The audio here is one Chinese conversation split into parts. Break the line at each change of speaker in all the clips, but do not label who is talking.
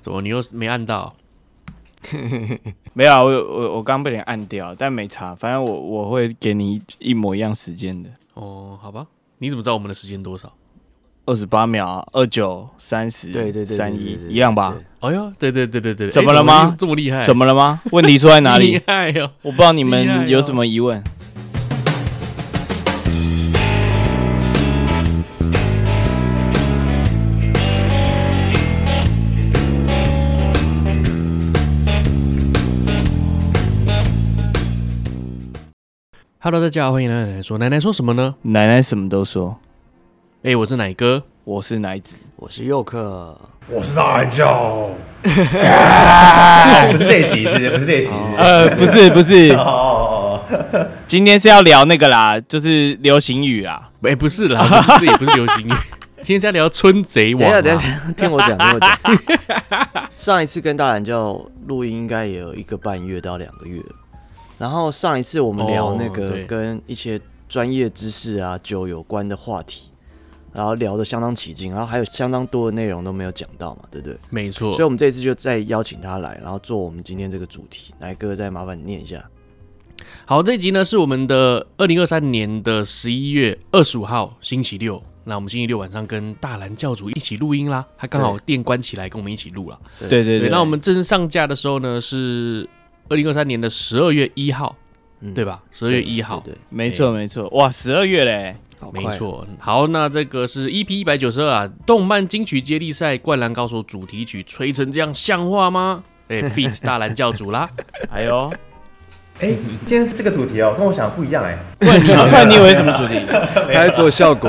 怎么你又没按到？
没有啊，我有我我刚被人按掉，但没差，反正我我会给你一模一样时间的，
哦，好吧，你怎么知道我们的时间多少？
二十八秒啊，二九、三十、
对对对，
三一一样吧？
哎呦，对对对对对，
怎
诶
么了吗
这么厉害？
怎么了 吗？问题出在哪
厉
里？
害哟、
我不知道你
哎厉害哦
们有什么疑问。
Hello，大家好，欢迎来奶奶说。奶奶说什么呢？
奶奶什么都说，
哎、我是奶哥。
我是奶 子，
我是佑克，
我是大懒叫，
哎
不是这一集，是不是这一集？
哦
呃，不是不是，
哦，
今天是要聊那个啦，就是流行语啊啦。
哎、不是啦， 不是这也不是流行语。今天在聊《春贼
等
王
一下，》等一
啊。
下，听我讲，听我讲。 上一次跟大懒教录音，应该也有一个半月到两个月了。然后上一次我们聊那
哦
个
对
跟一些专业知识啊、酒有关的话题，然后聊得相当起劲，然后还有相当多的内容都没有讲到嘛，对不对？
没错
所以，，我们这次就再邀请他来，然后做我们今天这个主题。来，哥，再麻烦你念一下。
好，这一集呢是我们的二零二三年的十一月二十五号星期六。那我们星期六晚上跟大蓝教主一起录音啦，他刚好店关起来跟我们一起录啦。
对对
对，那我们正式上架的时候呢是二零二三年的十二月一号，
嗯
对吧？十二月一号，
对对
没错没错，哇，十二月嘞，
好快
没
哦
错。好，那这个是 EP 一百九十二啊，动漫金曲接力赛《灌篮高手》主题曲，吹成这样像话吗？ 哎、f e a t 大蓝教主啦，
哎呦，
哎，今天这个主题哦，跟我想的不一样哎。
不然你
不然 你以为什么主 题？
他在做效果。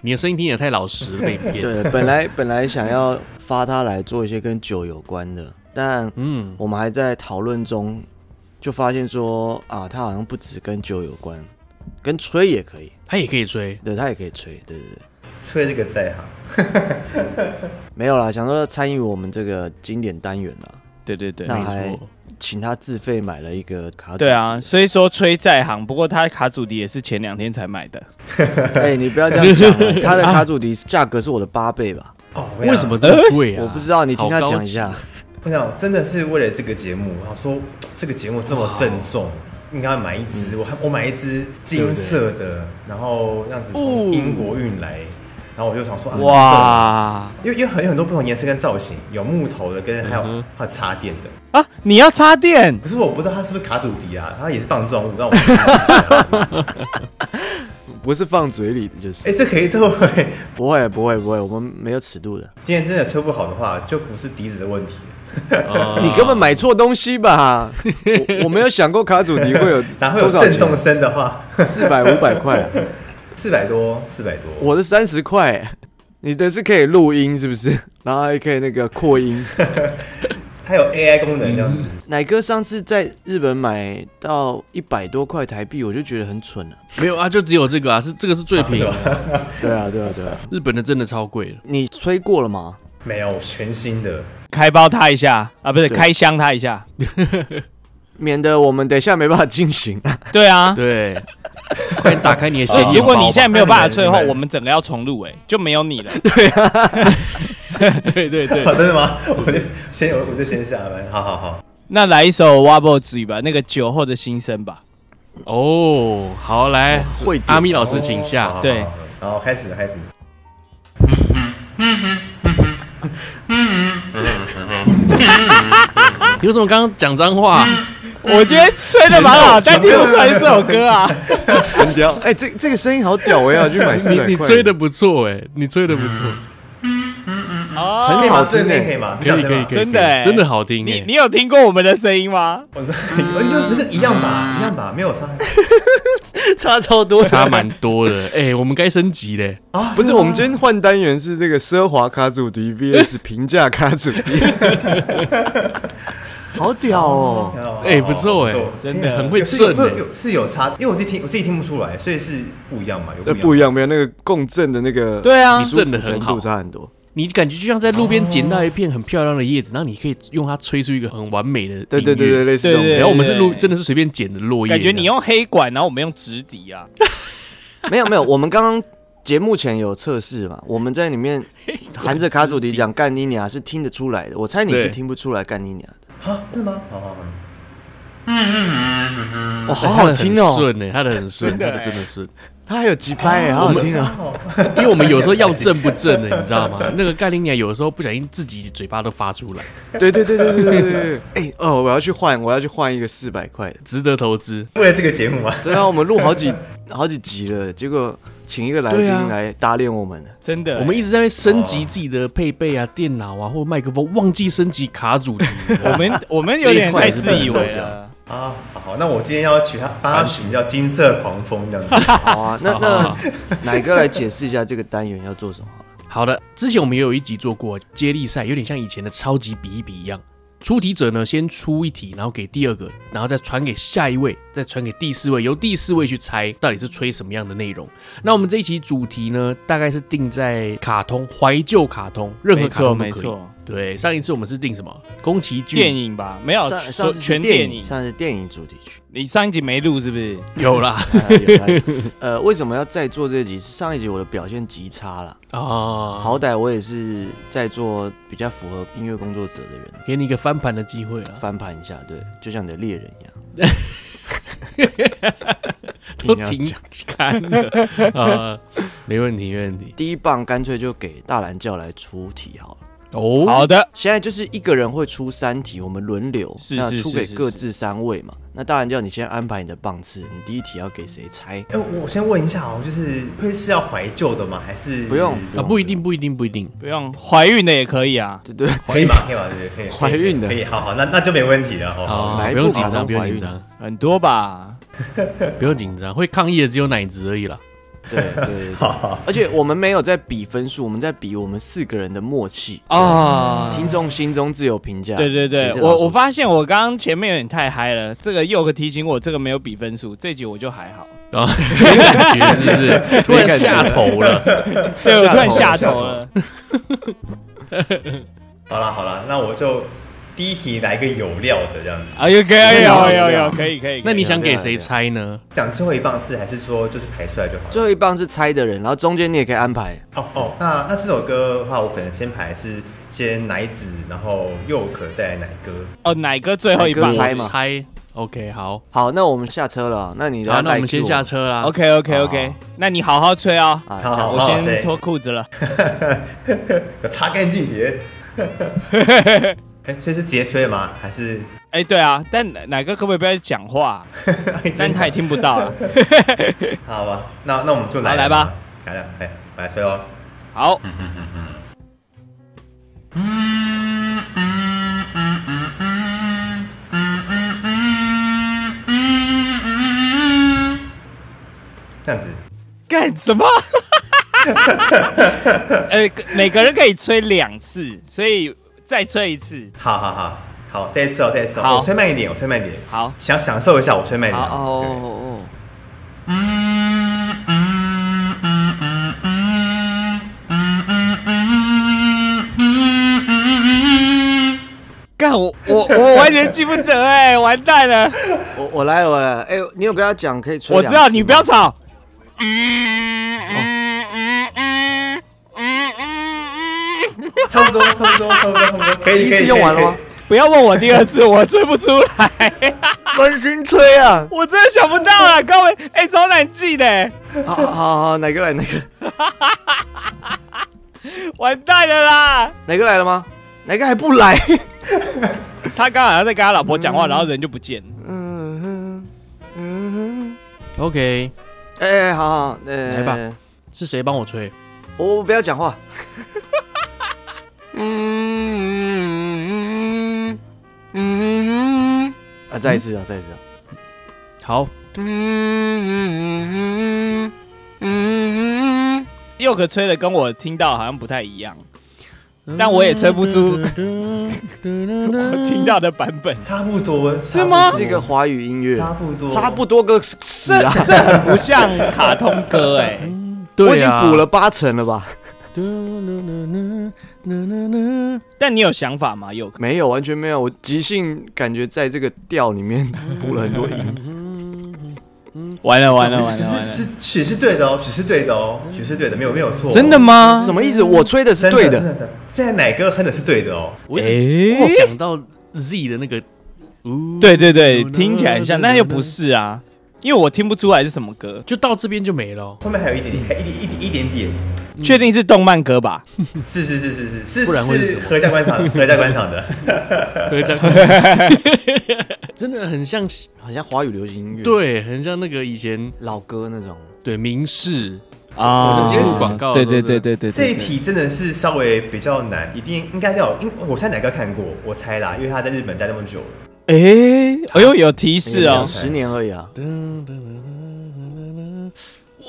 你的声音听起来太老实了，被你骗。
对，本来本来想要发他来做一些跟酒有关的，但
嗯，
我们还在讨论中，就发现说啊，他好像不止跟酒有关，跟吹也可以，
他也可以吹，
对他也可以吹，对对对，
吹这个在行，
没有啦，想说参与我们这个经典单元啦，
对对对，
那
没
还
错
请他自费买了一个卡，
对，啊，所以说吹在行，不过他卡主题也是前两天才买的。
哎，你不要这样讲啊，他的卡主题价格是我的八 倍吧？
哦，我
为什么这么贵啊？
我不知道，你听他
好高
讲一
级
下，
我想真的是为了这个节目，然后说这个节目这么慎重，
哦
应该买一
嗯
支，我还我买一支金色的，然后这样子从
哦
英国运来，然后我就想说啊，
哇
这种，因为因为很有很多不同颜色跟造型，有木头的，跟还有
嗯
还有插电的。
啊，你要插电？
可是我不知道它是不是卡祖笛啊，它也是棒状物，让我 哎、
不是放嘴里的，就是
哎
这可以，这会
不会不会不会，我们没有尺度的。
今天真的吹不好的话，就不是笛子的问题。
你根本买错东西吧？ 我我没有想过卡主题会 有
哪会有
多少
震动
钱，
声的话，
四百五百块啊，
四百多，四百多。
我的三十块，你的是可以录音是不是？然后还可以那个扩音。
它有 AI 功能这样子，
奶哥上次在日本买到一百多块台币，我就觉得很蠢了、
没有啊，就只有这个啊，是这个是最便宜的，
对啊，对啊，对啊。
日本的真的超贵了。
你吹过了吗？
没有全新的。
开包他一下啊，不是
对
开箱他一下。
免得我们等一下没办法进 行。
对啊，
对， 快点打开你的显眼
哦如果你
包吧
现在没有办法吹的话，
那你
我
们
们整个要重录，哎，就没有你了。
对对对
哦，，真的吗？我就先我我就先下班，好好好。
那来一首 Wabo 之语吧，那个酒后的心声吧。
哦，好来，
会点哦
阿咪老师请下。
好
对，
好好然后开始开始。
你为什么刚刚讲脏话？
我觉得吹的蛮 好，但听不出来是这首歌 啊。
很屌，哎、这这个声音好屌，我也要去买 四
你
百块。
你吹的不错哎，你吹的不错，
哦，
很好
这
听
个声音可以
哎、
吗？是
可
这样
以
子
可以
吗
可以，
真的欸
真的好听
你
哎
你。有听过我们的声音吗？
我说，呃不是一样吧？一样吧？没有
啊
差
差超多，
差蛮多的，哎，我们该升级嘞。
啊？
不是，
吗
我们今天换单元是这个奢华卡主题 VS 平价卡主题，好屌哦！
哎不错哎
真的
很会
有
震
哦有
哎
有有是有差，因为我自己听我自己听不出来，所以是不一样嘛，有
那
不
不
一
一
样。
样，没有那个共振的那个，
对啊
舒服
震得很好
程度差很多。
你感觉就像在路边捡到一片很漂亮的叶子，然后你可以用它吹出一个很完美的音乐。
对对对对，类似这种
对
然
的。
后我们是路
对
真的是随便捡的落叶，
感觉你用黑管，然后我们用直笛啊。
没有没有，我们刚刚节目前有测试嘛，我们在里 面含着卡祖笛讲干你娘是听得出来的，我猜你是
对
听不出来干你娘的。
啊，真的吗？好好好，
哇，好好听
哎他的很
哦，哎
顺呢，他的很顺，他的真的顺，
他还有几拍哎，好好听哦。
哦，
因为我们有时候要正不正的，你知道吗？那个盖林鸟有的时候不小心自己嘴巴都发出来，
对对对对对对对对。 哎哦，我要去换，我要去换一个四百块的。
值得投资。
为了这个节目啊，
对啊，我们录好几好几集了，结果请一个来宾
对啊
来搭练我们。
真的欸、
我们一直在那边升级自己的配备啊、电脑啊或麦克风，忘记升级卡主题。
我们我们
这
有
一
点
块
太
是
自
不
以
能漏
为
掉
了。
啊，好好，那我今天要取它，帮它取名叫金色狂风这样子。
好啊，那 那奶哥来解释一下这个单元要做什么好了。
好的，之前我们也有一集做过接力赛，有点像以前的超级比一比一样。出题者呢，先出一题，然后给第二个，然后再传给下一位，再传给第四位，由第四位去猜到底是吹什么样的内容。那我们这一期主题呢，大概是定在卡通，怀旧卡通， 任何
没
卡通
错
都
没
可以。
错，
对，上一次我们是定什么？宫崎骏
电影吧，没有
上
说
上次是
全
电
电
影
影。
上次是电影主题曲。
你上一集没录是不是？
有啦
啊有来 呃，为什么要再做这集？是上一集我的表现极差啦，
啊，
好歹我也是在做比较符合音乐工作者的人，
给你一个翻盘的机会啊。
翻盘一下，对，就像你的猎人一样。
都
硬要
挺 干的啊，没问题，没问题。
第一棒干脆就给大蓝教来出题好了。
哦，
好的，
现在就是一个人会出三题，我们轮流，
是
那
是
出
是
给
是
各
是
自三位嘛。那当然叫你先安排你的棒次，你第一题要给谁猜？
哎，我先问一下哦，就是会是要怀旧的吗？还是
不用，
啊，不一定，不一定，不一定。
不用，怀孕的也可以啊。
对对，
可以吗？可以吗？对可以可以
怀孕的
可以，好好，那那就没问题了哦。
好，
哪
啊
一
不
部
用紧
卡
张，
通
不用
怀
紧
孕
张，
很多吧，
不用紧张。会抗议的只有奶子而已啦。
对对对对。
好好，
而且我们没有在比分数，我们在比我们四个人的默契。
啊，
哦听众心中自有评价。
对对对
谁，是老鼠
我我发现我刚刚前面有点太嗨了，这个佑哥提醒我，这个没有比分数，这集我就还好，
啊，没感觉是不是？突然下头了。
对我
吓
突然
头
下
了吓
头
头
了，
好了好了，那我就第一题来个有料的这样子。
啊，有可以，有
有有
有
有
有，可以可以，可以
那你想
对啊
给谁猜呢？
讲最后一棒次，还是说就是排出来就好了？
最后一棒是猜的人，然后中间你也可以安排。
哦哦，那那这首歌的话，我可能先排是先奶子，然后佑可再来奶哥。
哦，哪个最后一
哪
棒
个猜嘛
猜。OK，好，
好，那我们下车了。那你来
好，那我
来
们先
cue
下车啦。
？OK OK OK，那你好好吹哦，
啊
好好
我
好
先
谁
脱裤子了，
要擦干净也。 哎、所以是直接吹吗？还是？
哎，对啊，但哪哪个可不可以不要讲话？但他也听不到啊。
好吧，那那我们就来
好来吧，
来了，哎，我来吹哦。
好，
这样子，
干什 么？呃，每个人可以吹两次，所以再吹一次。
好好好好，再一次哦，再一次哦，
好
我吹慢一点，我吹慢一点，
好
想享受一下，我吹慢一
好
点。
哦
对
哦哦。干我我我完全记不得哎、完蛋了！
我我来我来。哎、你有跟他讲可以吹
我
两次吗？
知道你不要吵。哦
差不多，差不多，差不多，差不多，可
第
以，
一
可以，
次用完了吗？
不要问我第二次，我吹不出来，
专心吹啊！
我真的想不到啊，各位，哎、超难记的、
好好好好，哪个来哪个
完蛋了啦！
哪个来了吗？哪个还不来？
他刚好像在跟他老婆讲话，然后人就不见了。
嗯哼嗯哼，
OK，
哎、哎好好，呃、
来吧是谁帮我吹？
我我不要讲话。啊，再一次啊，再一次啊。
好，
佑可吹的跟我听到好像不太一样，但我也吹不出我 听到的版本
差不多，
是吗
是一个华语音乐，
差不多，
差不多个屎啊！
这很不像卡通歌哎、
我已
对
经
啊，
补了。八成了吧？
但你有想法吗？佑可
没有，完全没有。我即兴感觉在这个调里面补了很多音。
完了完了完
只
了完
是
了！
是曲是对的哦，曲是对的哦，曲是对的，没有没有错、
真的？吗？
什么意思？我吹的是
真
对
的，真
的，
的。现在奶哥哼的是对的哦，
我一直想到 Z 的那个，呜
对对对，听起来很像，但又不，是啊，因为我听不出来是什么歌，
就到这边就没了哦。
后面还有一点，还一点一点一点点，
确定是动漫歌吧？
是是是是是是，
不然会是什
是
么
合家观赏的，合家观赏的。
合家观真的很像，
很像华语流行音乐，，
对，很像那个以前
老歌那种。
对明视
啊
我接入广告
对
对
对
不
对
对
对对，
这一
对
题真的是稍微比较难，一定应该叫，应我猜哪个看过，我猜啦，因为他在日本待那么久了。
哎，哎呦，有提示哦，
十年而已啊。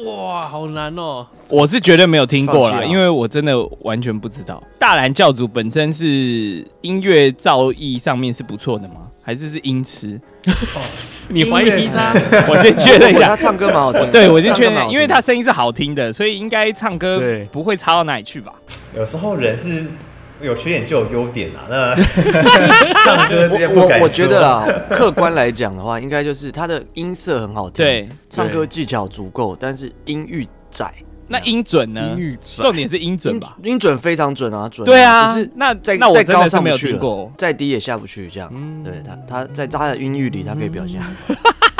哇，好难哦！
我是绝对没有听过啦，
放弃啊
因为我真的完全不知道。大蓝教主本身是音乐造诣上面是不错的吗？还是是音痴？
你怀疑他？
我先确认一
如 果他
下。
唱歌蛮好听的，
对，我先
唱歌
确
蛮好
认，
听
因为他声音是好听的，所以应该唱歌
对
不会差到哪里去吧？
有时候人是有缺点就有优点啊，那唱歌这些
我
不敢
我我觉得
说
啦，哦客观来讲的话，应该就是他的音色很好听，
对，
唱歌技巧足够，但是音域窄，
那音准呢
音？域窄
重点是音准吧？
音音准非常准啊，准啊。
对啊
只是
那
再
那我
再
真
高
的是
上
没
不
有
去
听过嗯
了，再低也下不去，这样。对他，他在他的音域里，他可以 表现，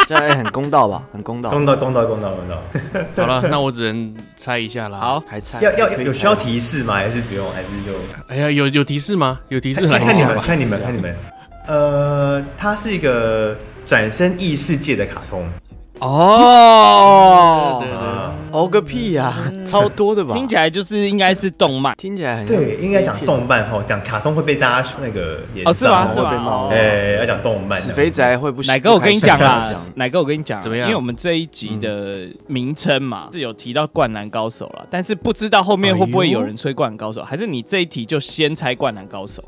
这样哎很公道吧？很公道。
公道公道公道公道。
好了，那我只能猜一下啦。
好，
还猜
要要
可以
有
猜
需要提示吗？还是不用？还是就
哎呀，有有提示吗？有提示
看
来
看
一
你
下
们
吧。
看你们看你们。呃，它是一个转身异世界的卡通，
对对
哦，
对，
哦个屁呀，超多的吧？
嗯听起来就是应该是动漫
听起来很像
对，应该讲
A 片
动漫吼，讲卡通会被大家那个也
哦，是吗？是
会被
吗？
骂
哦
哎，要讲动漫的，
死肥宅会不喜？
奶哥，我跟你讲
不开
啦
心，
奶哥，我跟你讲啊，
怎么样
因为我们这一集的名称嘛，是有提到《灌篮高手》了，但是不知道后面会不会有人吹《灌篮高手》，还是你这一题就先猜《灌篮高手》？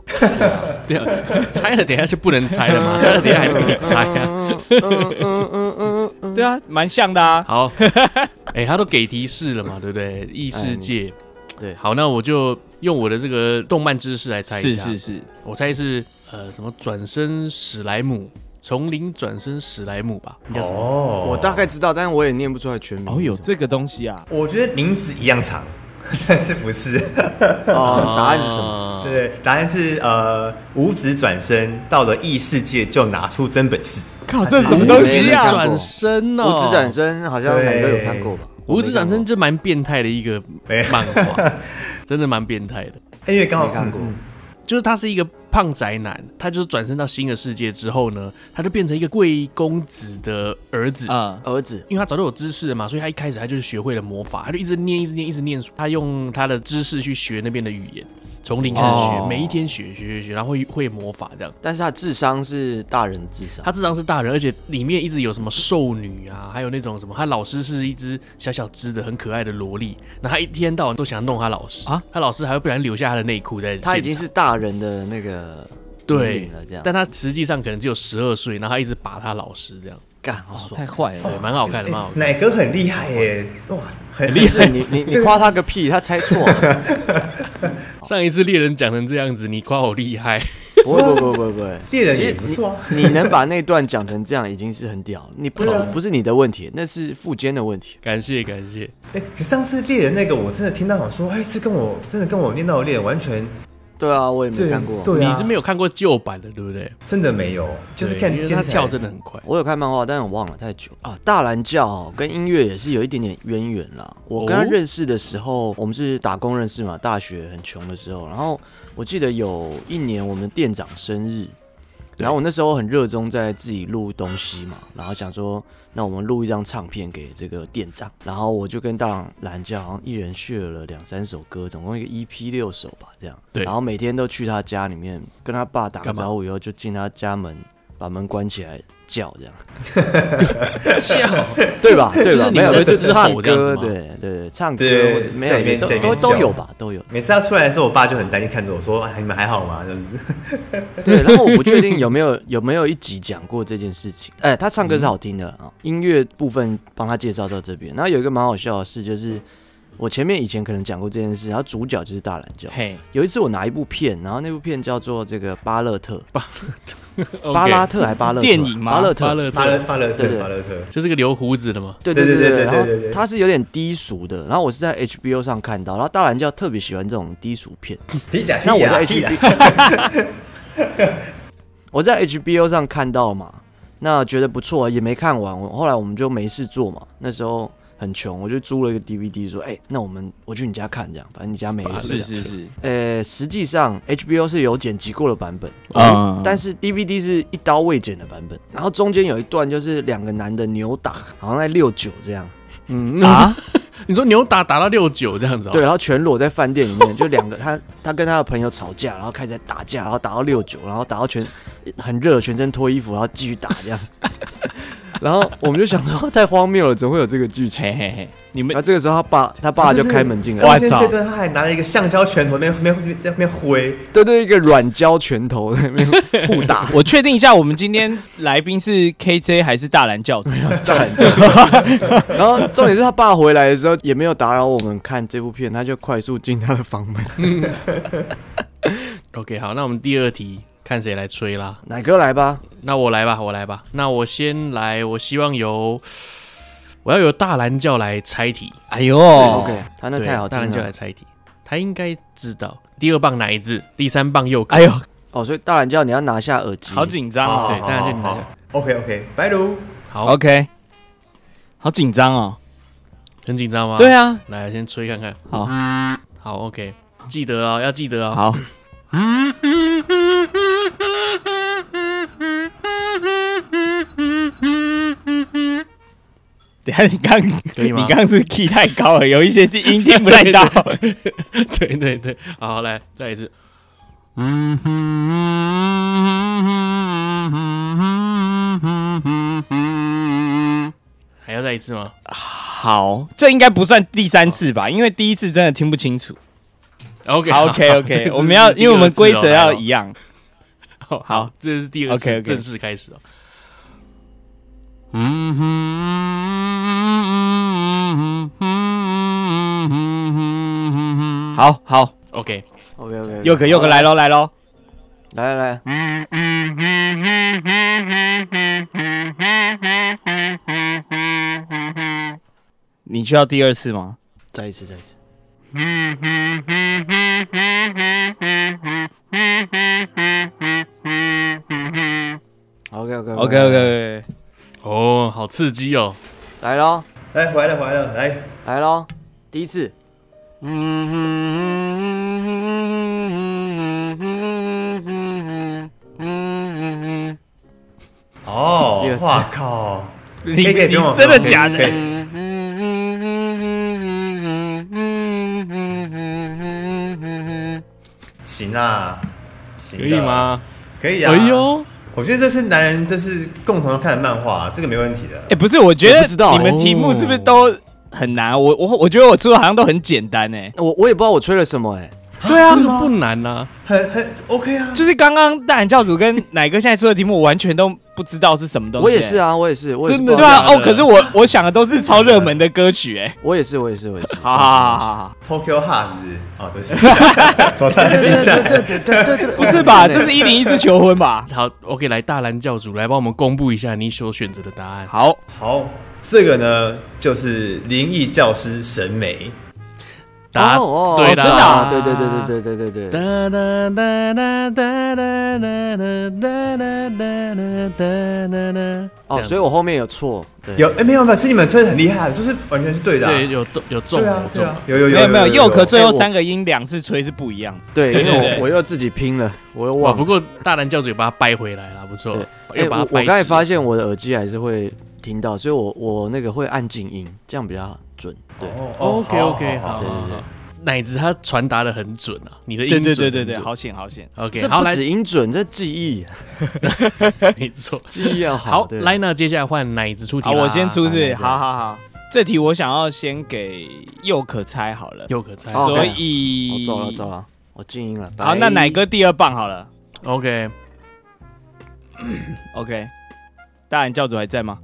对啊，这个猜了等一下是不能猜了嘛，猜了等一下还是可以猜啊。
对啊，蛮像的啊。
好， 哎、他都给提示了嘛，对不对？异世界，
对
好，那我就用我的这个动漫知识来猜一
是
下，
是是，
我猜是呃什么转身史莱姆，丛林转身史莱姆吧，应该什么？
哦，
我大概知道，但是我也念不出来全名。
哦，有这个东西啊，
我觉得名字一样长， 但是不是？
哦，答案是什么？
么？
对，答案是呃，五指转身到了异世界就拿出真本事。
靠，这是什么
五
东
指
西
没看
啊
过？
转身哦，
五指转，身好像奶哥有看过吧？
五指转身这蛮变态的一个
没
漫画，真的蛮变态的。
因为刚好
没看过
嗯
就是他是一个胖宅男，他就是转身到新的世界之后呢，他就变成一个贵公子的儿子。
啊，
儿子
因为他早就有知识了嘛，所以他一开始他就是学会了魔法，他就一直念，一直念，一直念书。他用他的知识去学那边的语言，从零开始学，
哦
每一天学学学学，然后会会魔法这样。
但是他智商是大人的智商
他，智商是大人，而且里面一直有什么兽女啊，还有那种什么，他老师是一只小小只的很可爱的萝莉，那他一天到晚都想弄他老师啊，他老师还会不然留下他的内裤在现场。
他已经是大人的那个年
对
龄了，这样。
但他实际上可能只有十二岁，然后他一直把他老师这样，
干好
哦
爽
太！坏了
对，蛮好看的，蛮 好看的。
嗯哎奶哥很厉害耶，哇，很
不是你你你夸他个屁，他猜错 了。
上一次猎人讲成这样子，你夸我厉害，
不会不会不会不会，
猎人也不错啊。
你能把那段讲成这样已经是很屌了。你不是不是你的问题，那是富坚的问题。
感谢感谢。
哎、可上次猎人那个，我真的听到想说，哎、这跟我真的跟我念到的猎人完全
对啊，我也没
对
看过。
对啊，
你是没有看过旧版的，对不对？
真的没有，就是
对
看
因为
电
他
视台
跳真的很 快。
我有看漫画，但我忘了太久啊。大蓝教、哦、跟音乐也是有一点点渊源啦。我跟他
哦
认识的时候，我们是打工认识嘛，大学很穷的时候。然后我记得有一年我们店长生日，然后我那时候很热衷在自己录东西嘛，然后想说，那哎我们录一张唱片给这个店长。然后我就跟大蓝教好像一人 share 了两三首歌，总共一个 EP 六首吧，这样。
对
然后每天都去他家里面跟他爸打个
干嘛
招呼，以后就进他家门，把门关起来叫这样。
笑，
对吧？对
就是
吧？
你
没有，
们在
就是
嘶吼
唱
这样子
歌，
吗
对对对，唱歌
对
或者没
在里面
有，都
在里
都
面
都
叫。
有吧，都有
每次他出来的时候，我爸就很担心看着我说：“哎，你们还好吗？”这样子。
对，然后我不确定有没有有没有一集讲过这件事情。哎，他
嗯
唱歌是好听的啊，音乐部分帮他介绍到这边。然后有一个蛮好笑的事，就是我前面以前可能讲过这件事，然后主角就是大懒觉。
嘿，
有一次我拿一部片，然后那部片叫做这个巴勒特、巴
巴
拉特还巴勒特啊
电影吗
巴
巴
勒特，
勒
巴勒
特，
巴勒
对
特
对
巴勒特，
就是个留胡子的嘛。
对对对对
对对对
然后
对对对
它是有点低俗的，然后我是在 HBO 上看到，然后大懒觉特别喜欢这种低俗片。
皮甲
那我在
皮甲
HBO，我在 HBO 上看到嘛，那觉得不错，也没看完。我后来我们就没事做嘛，那时候很穷，我就租了一个 DVD，说，哎、那我们我去你家看，这样，反正你家没有。
是是是，
呃，实际上 HBO 是有剪辑过的版本，
啊
但是 DVD 是一刀未剪的版本。然后中间有一段就是两个男的扭打，好像在六九这样，
嗯，
啊，
你说牛打打到六九这样子哦？
对，，然后全裸在饭店里面，就两个他他跟他的朋友吵架，然后开始在打架，然后打到六九，然后打到全很热，全身脱衣服，然后继续打这样。 然后我们就想说太荒谬了，怎么会有这个剧情？
嘿嘿嘿，你
然
们
后这个时候他爸他爸就开门进来，
哇
哇，
中间
操，
这段他还拿了一个橡胶拳头，那边那边在那边挥，
对对，一个软胶拳头在那边互打
我确定一下，我们今天来宾是 KJ 还是大蓝教主？
当然就。然后重点是他爸回来的时候也没有打扰我们看这部片，他就快速进他的房门。
OK，好，那我们第二题看谁来吹啦。
奶哥来吧，
那我来吧，我来吧。那我先来，我希望由我要由大蓝教来猜题。
哎呦
OK，他那
对，
太好
大
听
蓝教来
了。
猜题，他应该知道第二棒哪一只，第三棒右杆。
哎呦，
哦，所以大懒觉你要拿下耳机，
好紧张
对
哦。
当然是你拿下
OK OK，白卢，
好，
OK，好紧张哦。
很紧张吗？
对，啊，
来先吹看看。
好
好，OK，记得啊，要记得啊。
好，等一下你刚
可以吗
你刚是 key 太高了，有一些音听不太到。
对对对，好，来再一次。还要再一次吗？
好，这应该不算第三次吧，因为第一次真的听不清楚。
OK
好 OK
啊 这是
OK，我们要
第
因为我们
二次哦
规则要
来哦
一样。
好
好，
这是第二次
OK，OK
正式开始哦。
好好，
OK，
，OK OK，
佑哥佑哥来喽来喽，
来来来，
你需要第二次吗？
再一次，再一次。OK
OK
OK
OK，
哦，好刺激哦！
来喽
来哎回来了回来了，来，
来喽，第一次。
哦
第二，次
哇靠，
你
可以可
你
以不用
真的
可以
假的
可以行啊，行
可
的
以？吗？
可以啊，
哎，呦，
我觉得这是男人，这是共同要看的漫画，这个没问题的。
哎，不是，我觉
我
得
不知道
你们题目是不是都很难？我我我觉得我出的好像都很简单哎。
我我也不知道我吹了什么哎、
对啊
这，个不难呐。
很很 OK 啊，
就是刚刚大喊教主跟奶哥现在出的题目，我完全都不知道是什么东西。
我也是啊，我也是，我也是
真
不
的
知
对
道，
啊，
假
哦
的，
可是我我想的都是超热门的歌曲哎。
我也是，我也是，我也是。
好好好好好，
Tokyo Heart 是不是哦，对不起，我 差点一下。
对对对对，
不是吧？这是一零一之求婚吧？
好，OK，来大蓝教主来帮我们公布一下你所选择的答案。
好，
好，这个呢就是灵异教师审美，
答
哦哦
对
哦真的
啦
啊，
对对对对对对对
哒哒
对。
哒哒哒哒哒哒哒哒哒哒哒哒。
哦，所以我后面有错，对，
有哎、没有没有，其实你们吹的很厉害，就是完全是对的、啊。
对，有中有中
对啊
有，
对
中
啊，有有
没有
有
没有，佑壳
可
最后
哎我
三个音两次吹是不一样的。
对，
对
因
对
为
对
我我又自己拼了，我又
哇，
忘
不
了。
过大蓝教主也把它掰回来了，不错，
哎、
又把
我
它
我
掰
刚才
直
发现我的耳机还是会听到，所以我我那个会按静音，这样比较准。对，
哦
哦 OK OK，好，
对对
好
对
好奶子他传达的很准啊，你的音
对
准
对对对
很
对，
准
好险好险。
，OK，
这
好
不
来，
止音准，这记忆
没错，
记忆要好。
好
对哦
来，那接下来换奶子出题
好，
啦，
我先出
来来
是，
来
好好好。这题我想要先给佑可猜好了，
又可猜
好
所
OK 我
以
哦走了哎走了，我静音了。
好，
拜
那奶哥第二棒好了。
，OK，
OK，大人教主还在吗？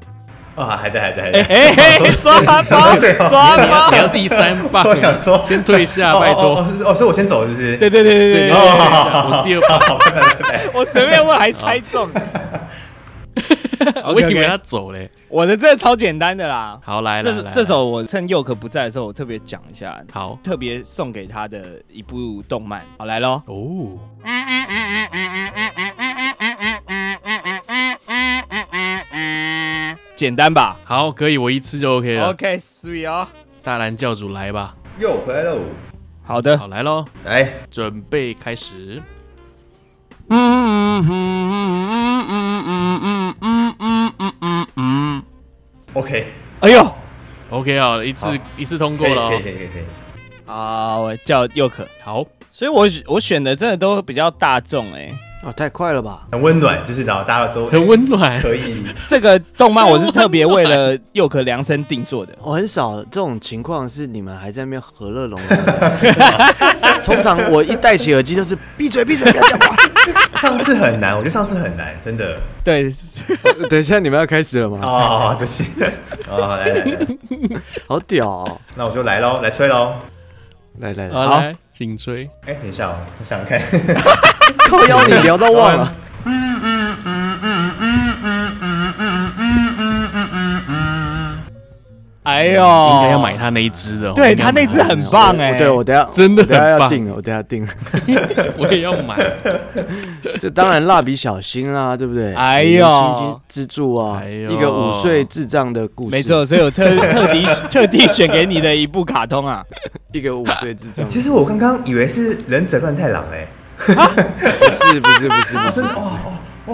啊，还在还在还
哎
在。
哎哎，抓包
对哦
抓
你要你要
包，
第三棒，
我想说，
啊先退下，拜
哦
托
哦。哦是哦，所以我先走，是不是？
对对对对
对
对，
哦我是第二棒，
好，拜拜拜拜。
我随便问还猜中，
我以为他走嘞。
我的这超简单的啦。
好，来来
这
来，
这
来
首我趁佑可不在的时候，我特别讲一下，
好
特别送给他的一部动漫。好，来喽。
哦，
简单吧
好，可以，我一次就 OK 了。
？OK，水哦。
大蓝教主来吧，
又回来喽，哎
好的。
好来喽，
来，
准备开始。
OK，
哎呦
OK 啊，一次
好
一次通过了
可以
哦
可。以可以可以。
啊，我叫佑可，
好，
所以我选我选的真的都比较大众哎、
啊，太快了吧！
很温暖，就是然后大家都
很温暖。
可以，
这个动漫我是特别为了佑可量身定做的。
我很少这种情况是你们还在那边和乐融融的。 通常我一戴起耳机就是闭嘴闭嘴，不要讲话。
上次很难，我觉得上次很难，真的。
对，
等一下你们要开始了吗？
哦，对不起，哦，好来来来，
好屌哦！
那我就来喽，来吹喽。
来来来，
好来，请吹。
哎，等一下哦，我想想看，
靠腰你聊到忘了。
哎呦，
应
应
该要买。他那一只的哦。
对
应该
他那
买
只很棒哎、
我对我等下
欸真的
我等下
很
要
棒
定了，我等下定了。
我也要买。
这当然蜡笔小新啦，对不对？
哎呦
星之助啊，
哎呦
一个五岁智障的故事，
没错，，所以我特 特地特地选给你的一部卡通 啊。
一个五岁智障，
其实我刚刚以为是忍者乱太郎哎，
不是不是不是不是
真的，哇哇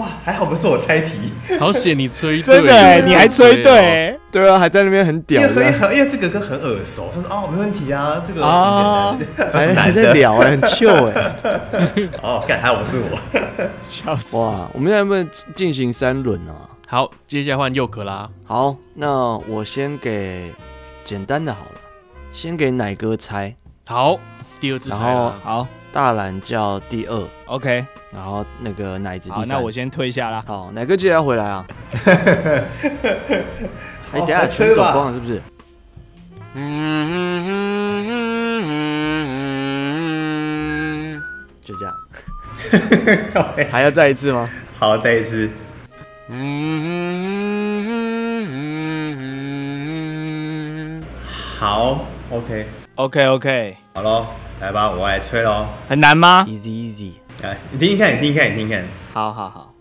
哇，还好不是我猜题，
好险你吹对，
真的、欸，你还吹对、
哦。
欸，
对啊，还在那边很
因
屌
为因为
的，
很因为这个歌很耳熟，他说哦没问题啊，这个
哦
很简 单
还
很
还
难
在
的，
聊啊哎，很秀哎，
哦，干还好不是我，
笑死！
哇，我们现在不能进行三轮啊。
好，接下来换佑可啦。
好，那我先给简单的好了，先给奶哥猜，
好，第二只才啦。
好
大蓝叫第二，
，OK，
然后那个奶子第
好，
三。
那我先退下啦。
好，奶哥记得要回来 啊！哎，等一下
好
全走
哦好吹吧
光了是不是？就这样，还要再一次吗？
好，再一次，好，OK，
OK OK，
好喽，来吧，我来吹喽，
很难吗？
Easy easy，
来，你听听看，你听听看，你听听看。
好好好，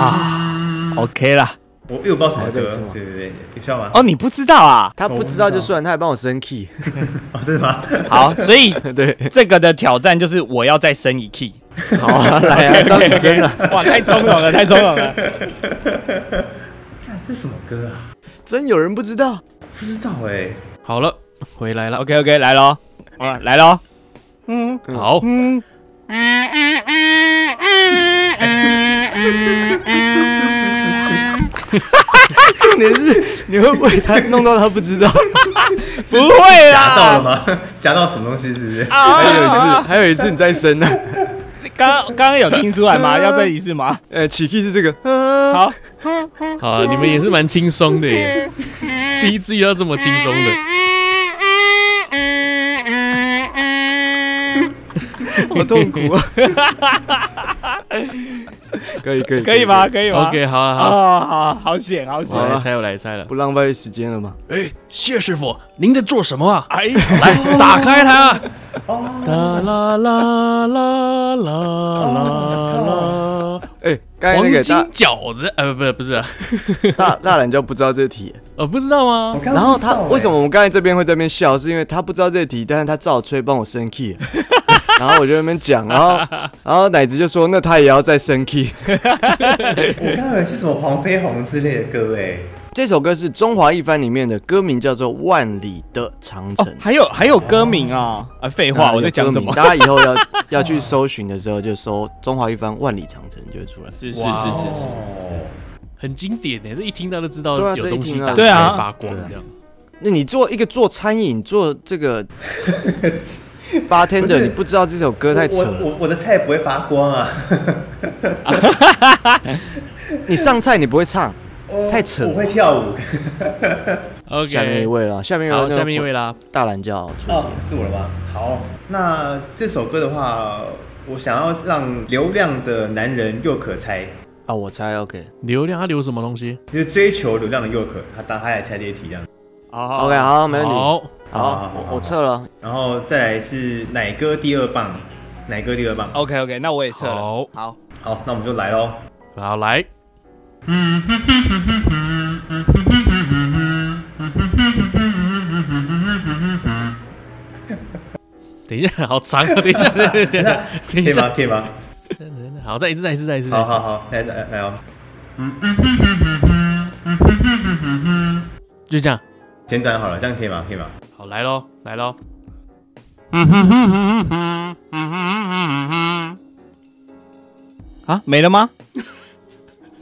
啊，OK 啦。
我因为我不知道什么
还有这
歌
个字吗，
对对对，有效吗？
哦，你不知道啊？
他不知道就算，他还帮我升 key。
哦，真的吗？
好，所以
对，
这个的挑战就是我要再升一 key。
好啊，来啊，张雨生啊，
哇，太从容了，太从容了。
看这什么歌啊？
真有人不知道。
不知道哎，
好了，回来了。
OK OK，来喽，啊，来喽。哦
好，
嗯
重点是你会不会他弄到他不知道？
不会
啊
夹到
啦，
了
啊
吗？ 夹到什么东西是不是？
还有一次， 还有一次你啊再升呢、
刚刚刚有听出来吗？要再一次吗？
呃，起 key 是 这个，啊
好，
好啊，你们也是蛮轻松的耶。第一次遇到这么轻松的，
好痛苦啊！ 可以可以
可以 吗？？可以吗
OK，好啊好啊，
哦，好好险，好险
我！来
了
猜，我来猜了
不。浪费时间了吗？
哎，谢师傅，您在做什么啊？
哎，
来，打开它。哒啦啦啦啦啦啦。
哎，刚才
黄
那
金
个大
饺子，呃，不，不是啊，
大大懒就不知道这题，
呃，不知道吗
我？刚刚
然后他
不知道欸
为什么我们刚才这边会在那边笑，是因为他不知道这题，但是他照吹帮我升 key，然 后我就在那边讲，然后 然后奶子就说那他也要再升 key。
我刚以为是什么黄飞鸿之类的歌哎，
这首歌是《中华一番》里面的歌名叫做《万里的长城》。
哦还有还有歌名啊！啊，废话，我在讲什么？
大家以后要 要去搜寻的时候，就搜“中华一番万里长城”就会出来。
是是
哇
是是是，
哦，
很经典呢，这一听到就知道
对啊
有东
这一
西
听啊
打
对
开
啊
发光这样。
那你做一个做餐饮，做这个 bartender，
是
你不知道这首歌太扯
我
了。啊
我我的菜不会发光啊，
你上菜你不会唱，
我
太扯了
哦我会跳舞
OK，
啊下面一位了，下面一位，
好，下面一位，啦，
大蓝叫楚
哦
杰，，
是我了吗？好，那这首歌的话，我想要让流量的男人又可猜，
啊，我猜 OK，OK，
流量他留什么东西？
就是追求流量的又可，他当他来猜这些题这样。
哦
好，没问题，
好，
好，我我撤了，
然后再来是奶哥第二棒，奶哥第二棒。
，OK OK，那我也撤了。
好
好，
好，那我们就来喽。
好 来，等一下，好长 啊！等一下，等一下，等
可
一
以吗
下，？
可以吗？
好，再一次，再一次，再一次，再
好
一次
好。好，来来来哦，
就这样。
简短好了，这样可以吗？可以吗？
好，来喽，来喽。
啊，没了吗？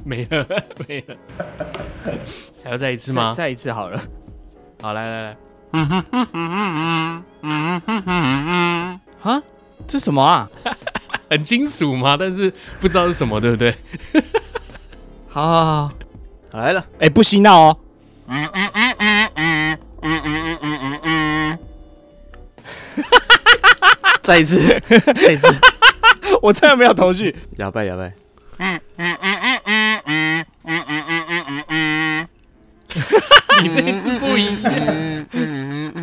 没了， 没了。还要再一次吗？
再一次好了。
好，来来来，
啊，这什么啊？
很清楚嘛，但是不知道是什么，对不对？
好好好，好
好来了，
哎，不嬉闹哦。
再 一次，再一次，
我真的没有头绪。
哑 巴哑巴，
你这一次不 一样。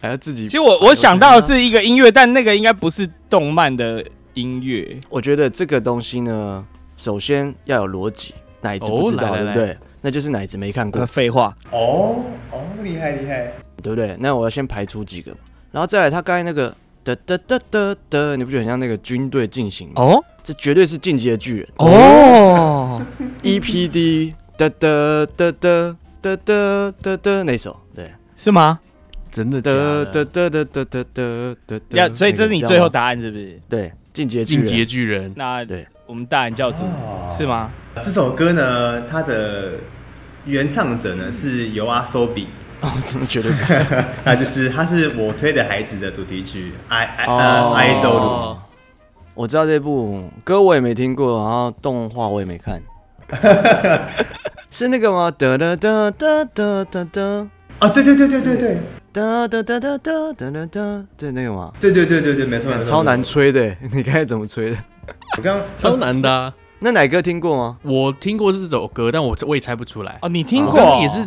还要自己
其，实我我想到的是一个音乐，但那个应该不是动漫的音乐。
我觉得这个东西呢，首先要有逻辑，奶子不知
哦
道，
来
对
来
不对？那就是奶子没看过
呃，，废话，
哦哦，厉害厉害。
对不对？那我要先排除几个，然后再来他刚才那个的的的的的，你不觉得很像那个军队进行吗？
哦
这绝对是进阶巨人 E
哦，
EPD 的的的的的的的的那首，对，
是吗？
真的假
的的
的？
的的的的的的的，
要，所以这是你
那个
最后
知道
答
吗
案是不是？
对进阶巨
进
人
阶巨人，
那
对
我们大人教主是吗？
这首歌呢，它的原唱者呢是由阿 s o b i
哦，真 的绝对不是
那就是他是我推的孩子的主题曲《爱爱
哦
呃爱豆路
哦，
我知道这部歌我也没听过，然后动画我也没 看，是那个吗？哒哒哒哒哒哒哒。》
啊，对对对对对对
哒哒哒哒哒哒哒哒，对那个嘛，
对对对对对，没错，没错
超难。吹的，你刚才怎么吹的？
我刚
超难的啊。
那奶哥听过 吗？
我听过这首歌，但我我也猜不出来。
哦，你听
我
过？
刚刚也是，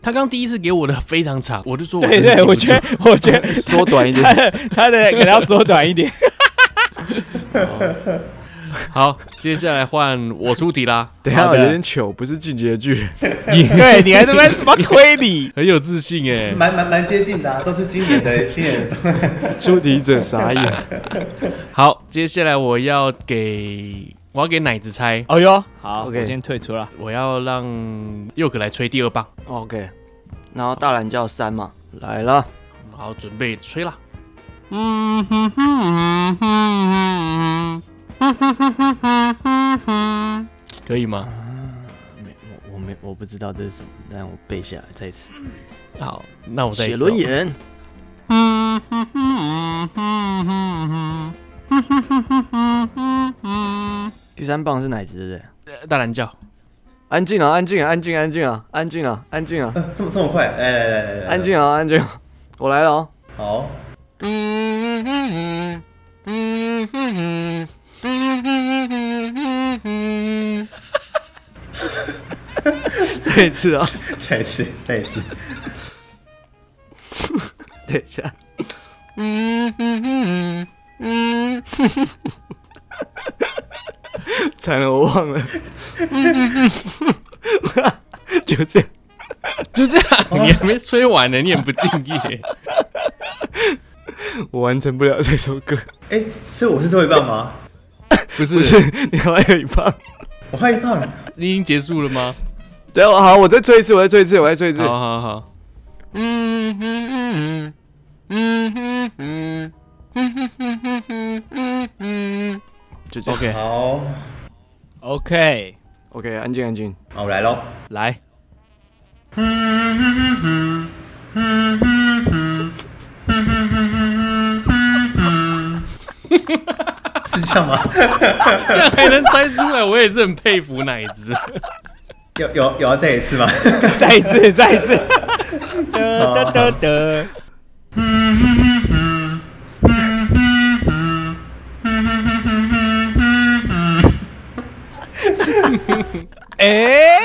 他刚第一次给我的非常长，我就说我
对
真的
对，
记不
我
住
觉得，我觉得
缩短一点，
他的可能要缩短一点。
好，接下来换我出题啦，
等一下
好的
有点糗，不是进阶巨人。
对，你还在那边怎么推理？
很有自信 哎、
蛮蛮蛮接近的啊，都是今年的今年的
出题者傻眼。
好，接下来我要给我要给奶子猜，
哦哟，好
OK
我先退出了。
我要让佑可来吹第二棒，
OK，然后大蓝叫三嘛，来了，
好，准备吹啦。可以吗？
没我我没我不知道这是什么，但我背下来再一次。
好，那我再一
写
次
轮
哦
眼，第三棒是奶子对不对？
呃大蓝叫，
安静啊，安静啊，安静啊，安静啊，安静啊，安静啊，
呃这么这么快，来来来来来，
安静啊，安静啊，我来了 哦。
好，
这一次啊，
再一次再一次，
等一下，惨了，我忘了， 就这样，
就这样， 你还没吹完呢，你很不敬 业。
我完成不了这首歌，
哎，所以我是最后一棒吗？
不是，
你还有一棒。
我还有一棒，
你已经结束了吗？
等一下，好，我再吹一次，我再吹一次，我再吹一次。
好好好，
就这样。
OK
好，
OK，
OK，安静安静。
好，我来喽。
来，
是这样吗？
这样还能猜出来，我也是很佩服奶子。
有有有要再一次吗？
再一 次，再一次。得 得得得， 哎，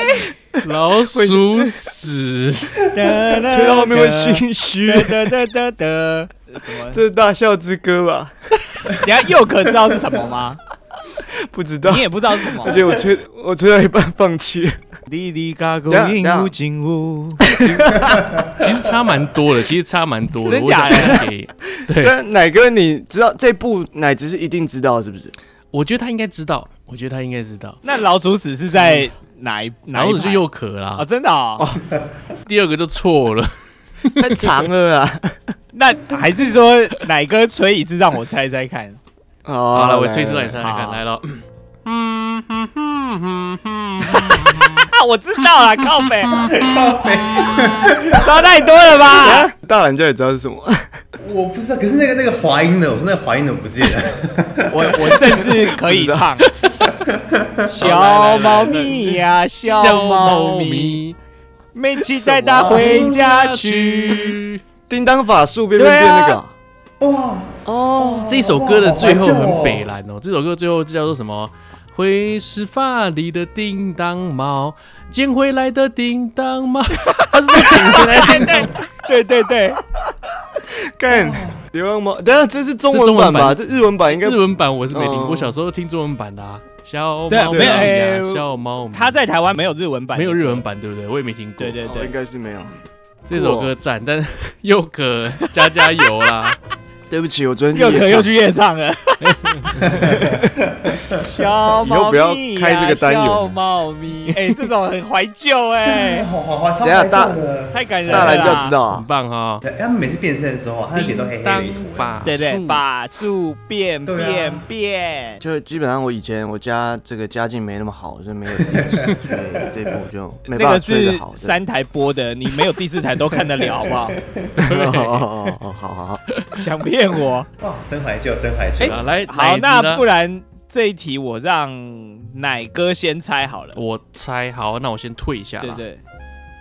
老鼠屎，
吹
哎
吹到后面会心虚，
得得得得，什么？
这是大笑之歌吧？
等一下佑可知道是什么吗？
不知道
你，也不知道是什么
而。且我吹我吹到一半放弃。
滴滴嘎咕
等一下
鹦鹉精屋，
其实差蛮多的，其实差蛮多的。
真
我想
假的
大家可以对，
但奶哥，你知道这部奶子是一定知道是不是？
我觉得他应该知道，我觉得他应该知道。
那老鼠屎是在哪一哪
然
一
后
排？
就又渴
啊，
啦，
真的哦。
第二个就错了。
太长了啊！
那还是说奶哥吹一次让我猜猜看？
好
好了，我吹
哦
出来猜猜看，
好
来了。
啊，我知道了，靠北，
靠北
差太多了吧？
大懒教也知道是什么？
我不知道，可是那个那个滑音的，我说那个滑音的不见了。
我我甚至可以唱小猫咪呀，小猫咪，妹期带它回家去。
叮当法术变变变那个啊
哇，
哦，
这首歌的最后
好怀旧哦
很北蓝哦，这首歌最后叫做什么？会是发里的叮当猫，捡回来的叮当 猫，他是说捡回来的叮当猫，
对对对，
干流浪猫，等一下这是中
哦这中
文
文版
版吧？这日文版应该
日文版我是没听，
哦
我小时候听中文版的啊。小
对
猫
没
咪
有
呀，
哎
小猫咪，
他在台湾没有日文版，
没有日文。版对不对？我也没听过。
对对
哦应
对，
该是没有。
这首歌赞，但又可加加油啦！
对不起，我 昨天
又可
夜
又
唱
去夜唱了。 小猫咪呀
以后不要开这个单元
小猫咪，哎，这种很怀旧哎，
好好滑，超
等一下
怀旧
大
的。
太感人了。
大懒教知。道
很
啊，
棒 哈！
对他们每次变身的时候，他的脸都黑黑的一
当啊
坨。
法
对对，
术
把树变
对啊
变变，
就基本上我以前我家这个家境没那么好，就没有 电视，所以这部就没
那
办法
个
吹
是
得好。
三台播的，你没有第四台都看得了，好不 好？
对哦哦哦哦，好好好，
想骗我？
哇，真怀旧，真怀旧。
啊！来，
好，
奶子
那
呢
不然这一题我让奶哥先猜好了。
我猜好，那我先退一下
对
啦。
对。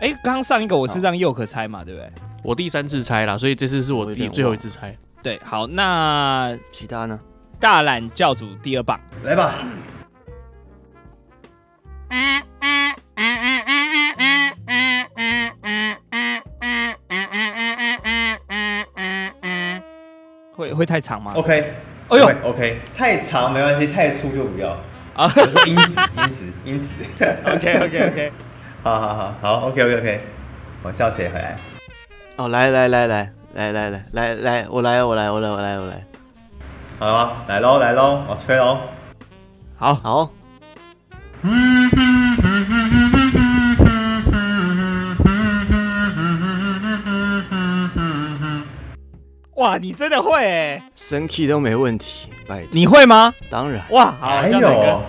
哎，刚上一个我是让佑可猜嘛，对不对？
我第三次猜啦，所以这次是
我
我
有
第
点
最后一次猜。
对，好，那
其他呢？
大懒教主第二棒，
来吧，
会会太长吗？
OK，
哎呦
对，OK，太长没关系，太粗就不要。
啊
我说音质，音质，音质。
，OK OK OK，
好好好好，OK，OK，OK。我叫谁回来？
哦，来来来来来来来来来，我来我来我来我来我来，
好了吗？来喽，来喽，我吹喽。
好，
好，
哇，你真的会欸，
升 key 都没问题，拜托，
你会吗？
当然，
哇，好，
还
叫奶哥
有，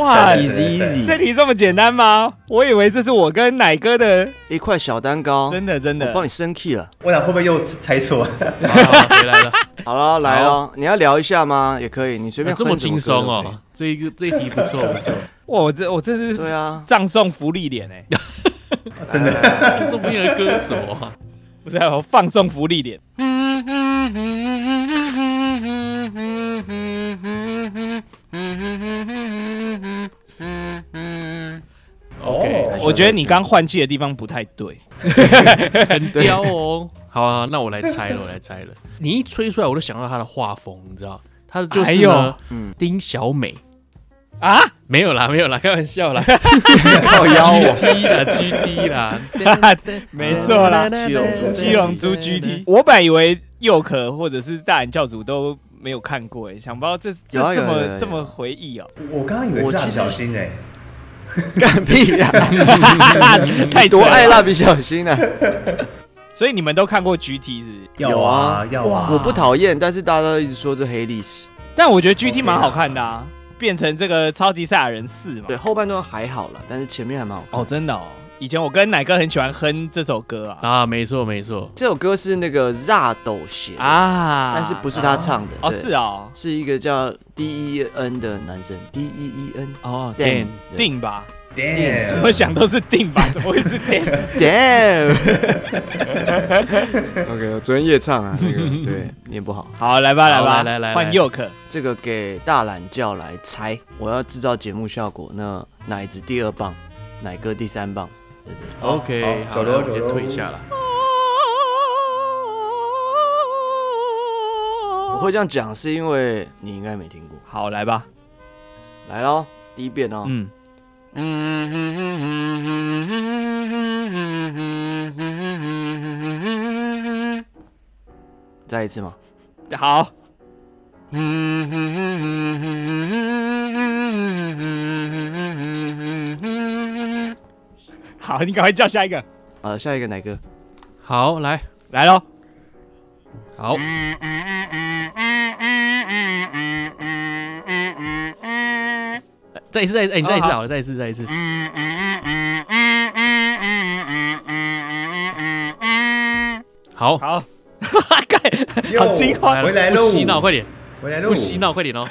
哇，
对对
哎 easy
对对
easy
这题这么简单吗？我以为这是我跟奶哥的，
一块小蛋糕，
真的真的
我帮你升 key 了。
我俩会不会又猜错？
好好啊回来了，
好了，来了，你要聊一下吗？也可以，你随便
啊这
哼
么
什歌
轻松
都可
哦
以。，
这一个这一题不错不错，
哇，我这我真的
对
是
啊，
葬送福利脸 哎，
这不一个歌手啊。
不是我放送福利脸，
OK，
哦
我觉得你刚换气的地方不太对，
很刁哦。好啊，那我来猜了，我来猜了。你一吹出来，我就想到他的画风，你知道，他就是
哎呦
呢，丁小美。
啊，
没有啦，没有啦，开玩笑啦
靠腰 我
，GT 啦，GT 啦，
没错 啦，
七龙珠
七龙珠 GT，我本来以为佑可或者是大眼教主都没有看过哎，想不到这
有啊
这
有
这
啊有啊有
么
啊
这么回忆哦，
我刚刚以为是蜡笔小新哎，
干屁 呀！
太
多
扯了
爱蜡笔小新啊！
所以你们都看过 GT 是不是？
要啊要啊，
我不讨厌，但是大家都一直说这黑历史。
但我觉得 GT
OK
蛮好看的啊，变成这个超级赛亚人四嘛
对，。后半段还好了，但是前面还蛮好看的
哦，真的哦，以前我跟奶哥很喜欢哼这首歌啊
啊，没错没错，
这首歌是那个 Ra 斗写的，
啊，
但是不是他唱的
哦
对
是哦
是一个叫 D E N 的男生，D E E N
哦
Dan，
定吧，
Damn，
怎么想都是定吧，怎么会是 Dan？
Damn。OK，我昨天夜唱啊，那 个对念不好，
好，来吧
好
吧，
来来来
换
来
Yoke，
这个给大懒叫来猜，我要制造节目效果，那奶子第二棒，奶哥第三棒，对不对？
OK，
好
好
走
了，
咯
我们
走
先
咯
退一下了。
我会这样讲是因为你应该没听过，
好来吧，
来喽，第一遍哦。
嗯，
再一次吗？
好，好，你赶快叫下一个，
呃，下一个哪个？
好，来，
来喽，
好，再一次，再一次，哎，你再一次
好好
好了，再一次，再一次。好，
好， 干好惊
又
慌，
回来
不
喽
洗脑，快点，
回
哎
来喽，
不洗脑，快点哦。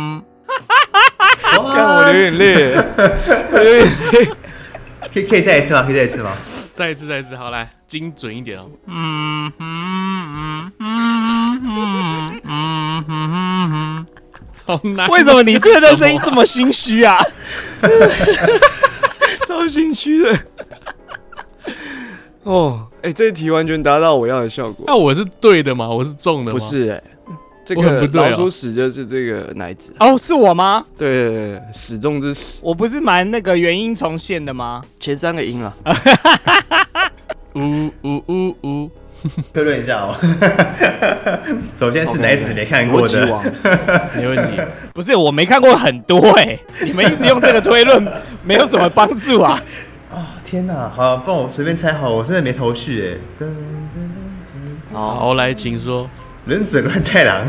哇，
看我流眼泪，我流眼泪。
可以可以再一次吗？可以再一次吗？
再一次，再一次，好来，精准一点哦。 好难，
为什么你这个声音这么心虚啊？
超心虚的。 哦，哎、这一题完全达到我要的效果。
那我是对的吗？我是中的吗？
不，是哎、这
我很
个
不对哦
老鼠屎就是这个奶子，
哦，是我吗？
啊对对对对，始终之始。
我不是蛮那个原音重现的吗？
前三个音了，
啊
呜呜呜呜，
推论一下哦。 首先是奶子没看过
逻辑
的，
王，
没问 题。
不是，我没看过很多哎、 你们一直用这个推论，没有什么帮助 啊。
哦天哪，好，帮我随便猜好，我真的没头绪哎。噔噔
好，
好，来，请说。
忍者乱太郎，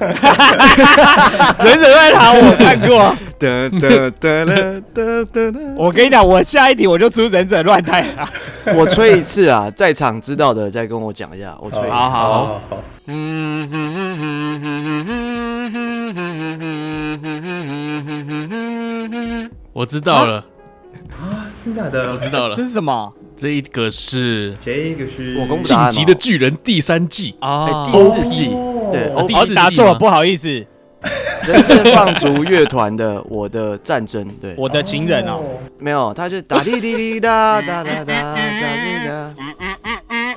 忍者乱谈我看 过，
哒哒哒啦哒哒啦。
我跟你讲，我下一题我就出忍者乱啊谈了。
我吹一次啊，在场知道的再跟我讲一下，我吹一次。
好好好，
好，
我知道了，
啊，真的假
我知
的？
道
这
了，
是什么
这一个是
这个是
我公布
《
答案
晋
哦
级的巨人》第三季，
啊
哎，第四季，
哦
对，
哦
哦
第
哦
四，季
答错
吗
了，不好意思，
神圣放逐乐团的《我的战争》，对，
我的情人哦，，
没有，他就打滴滴滴哒哒哒哒哒滴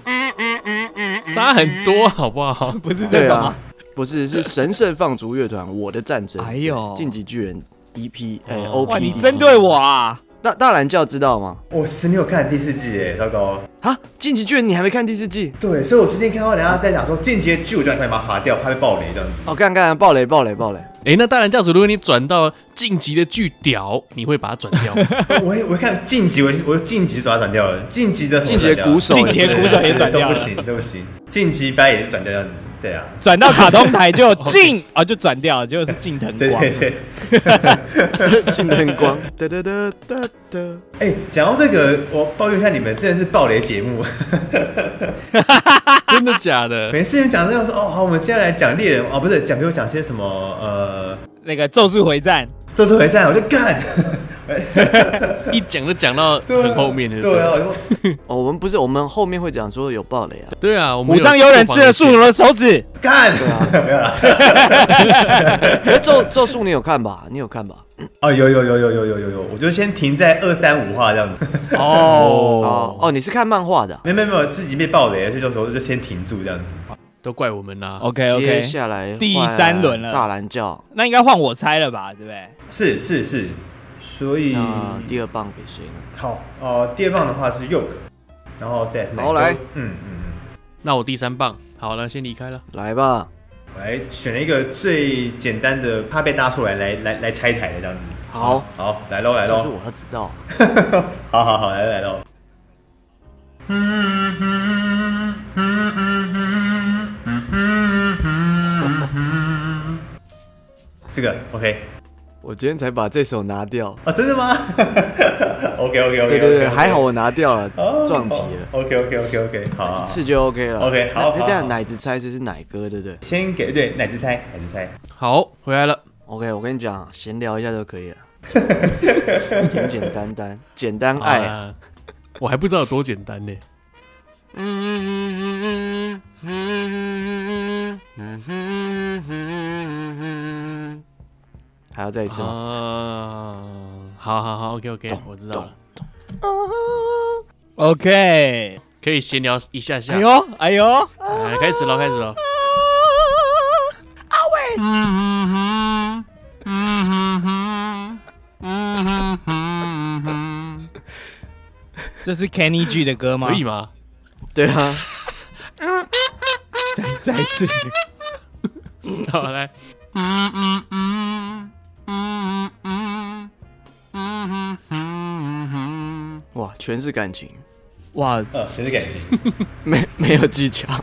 哒，
差很多，好不 好？
不是这
对
种
啊
吗？，
不是，是神圣放逐乐团《我的战争》，
哎呦
晋级巨人 EP，哎
哦
，OP，
哇，你针对我啊！
大大蓝教知道吗？
我是没有看第四季哎，糟糕。
啊，晋级巨人你还没看第四季？
对，所以我最近看到人家在讲说进阶剧，我就想快把它划掉，怕被爆雷这样子。
哦，干干暴雷暴雷暴雷，
哎，那大蓝教主，如果你转到晋级的巨屌，你会把它转掉吗？
我一我一看晋级，我就我就晋级转转掉了，晋级的什么
晋级的鼓手，
晋级的鼓手也转掉了
都不行，都不行，晋级掰也是转掉这样子。对啊，
转到卡通台就进啊，就转掉，结果是近藤
对
光
对。对。
金灯光，哒哒哒哒哒。
哎、讲到这个，我抱怨一下你们，真的是暴雷节目。
真的假的？
每次你们讲这样说，哦，好，我们接下来讲猎人哦，不是讲给我讲些什么呃，
那个《咒术回战
这次回战我就干。
啊
一讲就讲到很后面的，
对啊，我
对
就
哦，我们不是，我们后面会讲说有暴雷啊。
对啊，我》，们
五藏
有
悠人吃了树龙的手指，
干，啊没有啦。
啊可是咒咒术你有看吧？你有看吧？
哦，有有有有有有有有，我就先停在二三五话这样子。
哦
哦哦，你是看漫画的啊。
没没没有，是已经被爆雷了，所以就说就先停住这样子。
都怪我们啦。
，OK
接
OK，
下来
第
换
三轮了
大蓝教，
那应该换我猜了吧，对不对？
是是是，所以
那第二棒给谁呢？
好哦、第二棒的话是 Yoke，然后再是哪一
好
个
来
嗯嗯嗯，
那我第三棒，好了，先离开了。
来吧，
我来选了一个最简单的，怕被大家出来来来来拆台的这样子。
好，
好，来喽来
这是
喽，
我要知道。
好好好，来喽来喽。这个 OK
我今天才把这首拿掉。
啊，真的吗 ？OK OK OK，哦
对对对，还好我拿掉了，撞题了，
OK OK OK OK，好好，好
一次就 OK 了。
OK，好
那
好
那等
好
下奶子猜就是奶哥，对不对
先给对奶子猜，奶子猜，
好，回来了。
？OK，我跟你讲，闲聊一下就可以了，简简单单，简单爱啊。
啊，我还不知道有多简单呢。
还要再一次吗？
啊，好好好，OK OK，我知道了，
OK，
可以闲聊一下下
哎。呦哎呦，
哎，开始了，开始了。
这是 Kenny G 的歌吗？
可以吗？
对啊，
再一次，
好，来，
哇，全是感情，
哇，
呃，全是感情，
没没有技巧。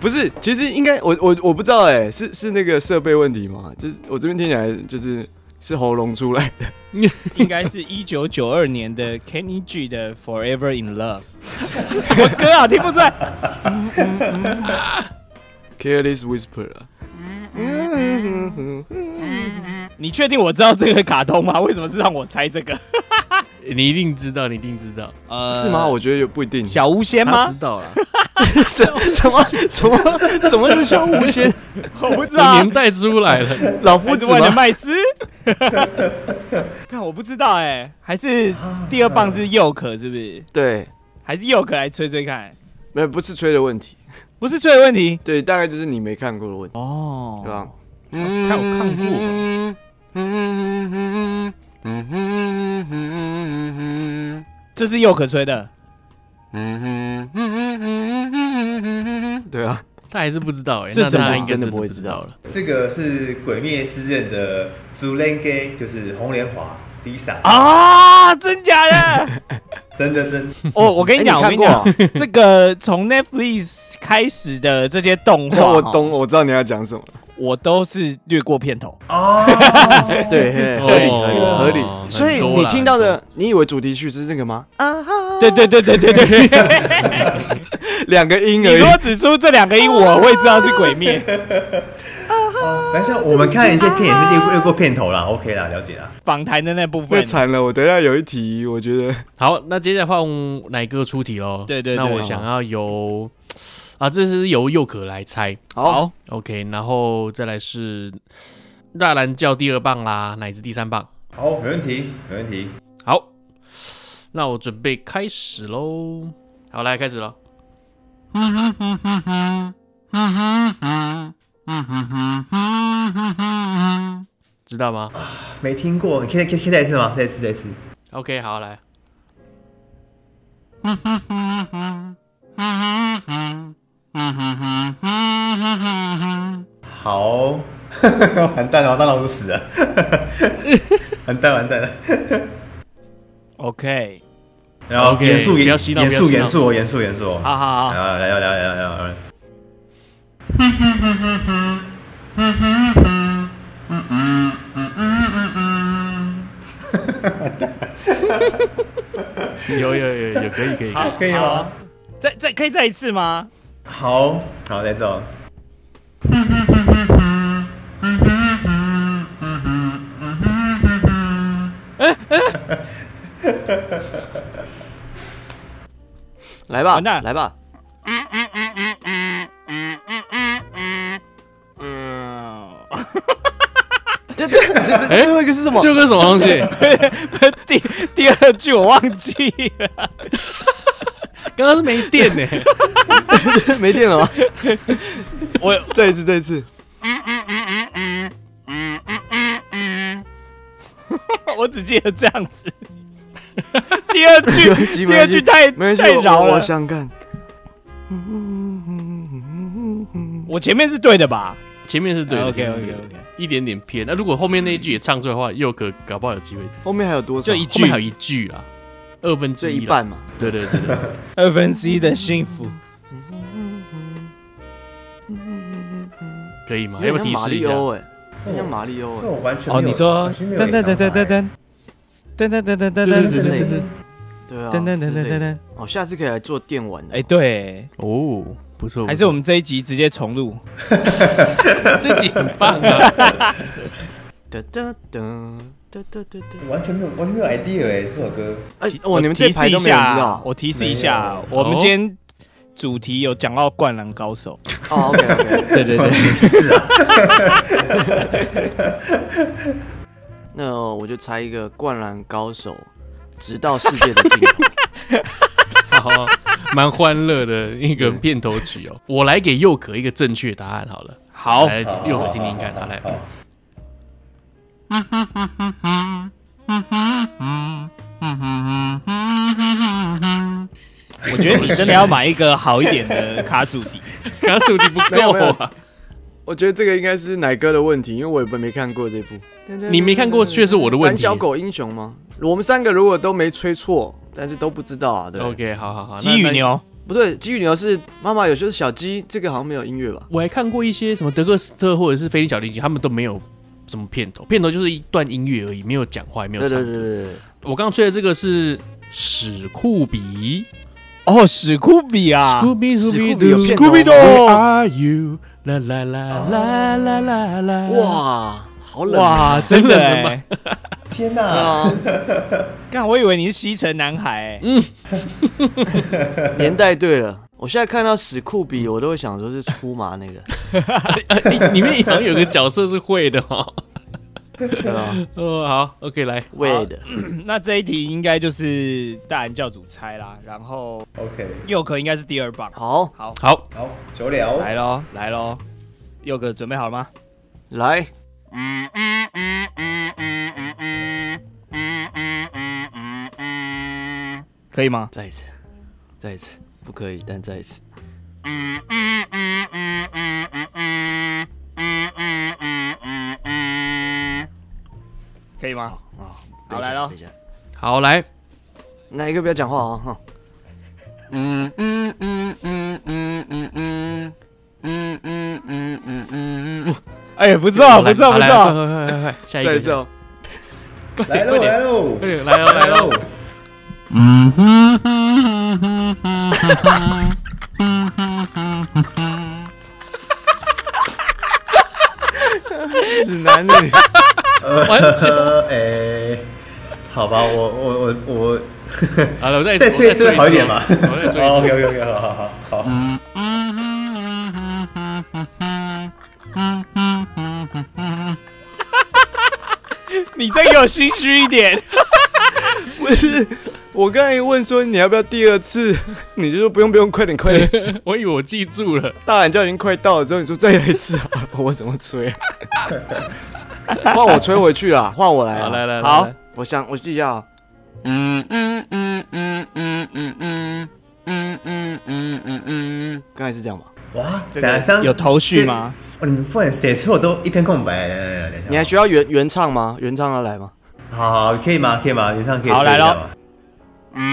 不是，其实应该我我我不知道哎、是是那个设备问题吗？就是我这边听起来就是是喉咙出来的，
应该是一九九二年的 Kenny G 的 Forever in Love，什么歌啊？听不出来。
《Careless Whisper》啊。
你确定我知道这个卡通吗？为什么是让我猜这个？
你一定知道，你一定知道，
呃
是吗？我觉得也不一定。
小巫仙
他
吗
知？道了。
什什么 什么什么是小狐仙？
我不知
这
道啊
年。代出来了，
老夫
还
子
是万能
吗？
麦斯？ 看我不知道哎、还是第二棒是右可是不是？
对，
还是右可来吹吹看？
没有不是吹的问题，
不是吹的问题
对，大概就是你没看过的问题，
哦
对啊吧？
看我看过，这是右可吹的。
对啊，
他还是不知道哎、
是
那
什么
他应该
真的
不
不会
知
知道
了。
这个是《鬼灭之刃》的 z u l e n g e 就是红莲华 Lisa 啊，
啊，真假的？
真的真的，
哦， 我跟你讲，我
哎
跟你
你看过
讲， 这个从 Netflix 开始的这些动画，
我，懂，我知道你要讲什么，
我都是略过片头。
哦，
对，嘿合理合理
哦
合
很多啦
理。所以你听到的，你以为主题曲是那个吗？啊哈，
对对对对对对对。
两个音
你
而已
如。果指出这两个音，我会知道是鬼灭。
等一下我们看一些片也是略略过片头啦，OK 啦，了解啦。
访谈的那部
那
分，
惨了，我等一下有一题，我觉得
好，那接下来换奶哥出题喽。
对对对
那我想要由啊，这是由佑可来猜
好，
，OK，然后再来是大蓝教第二棒啦，乃至第三棒。
好，没问题，没问题。
好，那我准备开始喽。好，来开始喽。知道吗
没听过，你可以可以可以再一次吗？再一次，再一次。
？OK，好，来。
好，完蛋了，完蛋了，我死了，完蛋完蛋了。
OK，
然后
OK，
严肃
不
严
要洗脑
严
不要
肃
洗脑
严肃哦，严肃严肃哦。
啊好好好，
来来来来来来来，
有有有有，可以可以。可以
可以
好
吗？
再再可以再一次吗？
好好，再走。
来吧，
完蛋
啊来吧，这这这
哎
最后一个是什么？
这个什么东西？
第第二句我忘记了，
刚刚是没电呢、
没电了吗？
我
再一次，再 一次。
我只记得这样子。 第二
没关
句，
系
第
没
二
关系
句太
没关系，
太
我
饶
我
了
我。想看。
我前面是对的吧？
前面是对的。
啊，OK，
前面是对的
OK，OK，OK
一点点偏。那如果后面那一句也唱出来的话，佑可搞不好有机会。
后面还有多少？
就一
后
句
面还有一句啦，二分
这
之
一
啦。
半嘛。
对对对对，
二分之一的幸福。
可可以吗？要
有
不要提
点像马
示一
里
下？
欧哎，很像马里欧
这
哎，
我完全没
哦，
有
你说
完全没有
噔噔噔噔噔
想法欸
噔噔噔噔噔噔
对
之
对对
噔
对
类的
对，
哎对啊，
噔噔噔
之类
噔
的
噔噔，
哦，下次可以来做电玩的。
哎，对，
哦，不错，
还是我
们
们这一集直接重录。
这集很棒啊！
哒哒哒哒哒哒哒。
完全没有完全没有 idea 哎，这首歌
哎，
我
哦，你们
提
这
示
排
一
都没有人知
下啊
道，
我提示一下，我们今天主题有讲到《灌篮高 手》，
哦，OK OK。
对对对，
那哦我就猜一个《灌篮高手》，直到世界的尽头。
好啊，蛮欢乐的一个片头曲哦。我来给佑可一个正确答案好了，
好，
哎
来佑可听听看，
好
好来，
好
我觉得你真的要买一个好一点的卡主 题。
刚刚是不是不
没
够
有没有
啊？
我觉得这个应该是奶哥的问题，因为我也没看过这部。
你没看过却是我的问
胆
题。
小狗英雄吗？我们三个如果都没吹错，但是都不知道啊，对不对
OK，好好好，那
鸡与，牛，
不对，鸡与牛是妈妈有就是小鸡，这个好像没有音乐吧？
那我还看过一些什么德克斯特或者是菲利小提琴，他们都没有什么片头，片头就是一段音乐而已，没有讲话，也没有
对
唱
对。对对对，
我刚刚吹的这个是史酷比
哦，史酷比啊，
，Scooby
史
Scooby
酷比有
Doo
片
Scooby
头
Where
Doo
吗哦
are you？啦啦啦啦啦啦啦！，
嗯
哇，好冷啊！
哇，真的
真的
哎！
天
对
哪，
啊，
刚我以为你是西城男孩欸，
年代对了。我现在看到史酷比，我都会想说是出马 那个，
哎里面好像有个角色是会的哦。
对啊，
哦，好，OK，来，
喂的，
那这一题应该就是大人教主猜啦，然后
OK，
佑可应该是第二棒。
好，
好，
好，
好，久了，
来喽，来喽，佑可准备好了吗？
来，
可以吗？
再一次，再一次，不可以，但再一次。
可以吗？
啊，
好来咯
等一下，
好，来，
哪一个不要讲话啊？哈，
哎，不错，不错，
好
不
来
错。
快快快快快，下一个，
哦，
来喽来喽
快点，来喽来喽，
指男女，
完全，
呃，哎，好吧，我我我我
好了，我再
再吹一
次
次会好一点哦吧？
我再吹一次，
OK OK，好好好好。
你再给我心虚一点。
不是。我刚才问说你要不要第二 次，你就说不用不用，快点快 点。
我以为我记住了，
大懒叫已经快到了之后，你说再来一次好了， 我怎么吹？ 换我吹回去啦，换我来啊。
好，来来，来
好
来
我想我记一下啊。刚才是这样吧？
哇，
这
等下这
个
样
有头绪 吗？
哇，你们不然写错都一片空白。来来来来，
你还需要原原唱吗？原唱要来吗？
好好可以吗？可以吗？原唱可以。
好来咯
咯。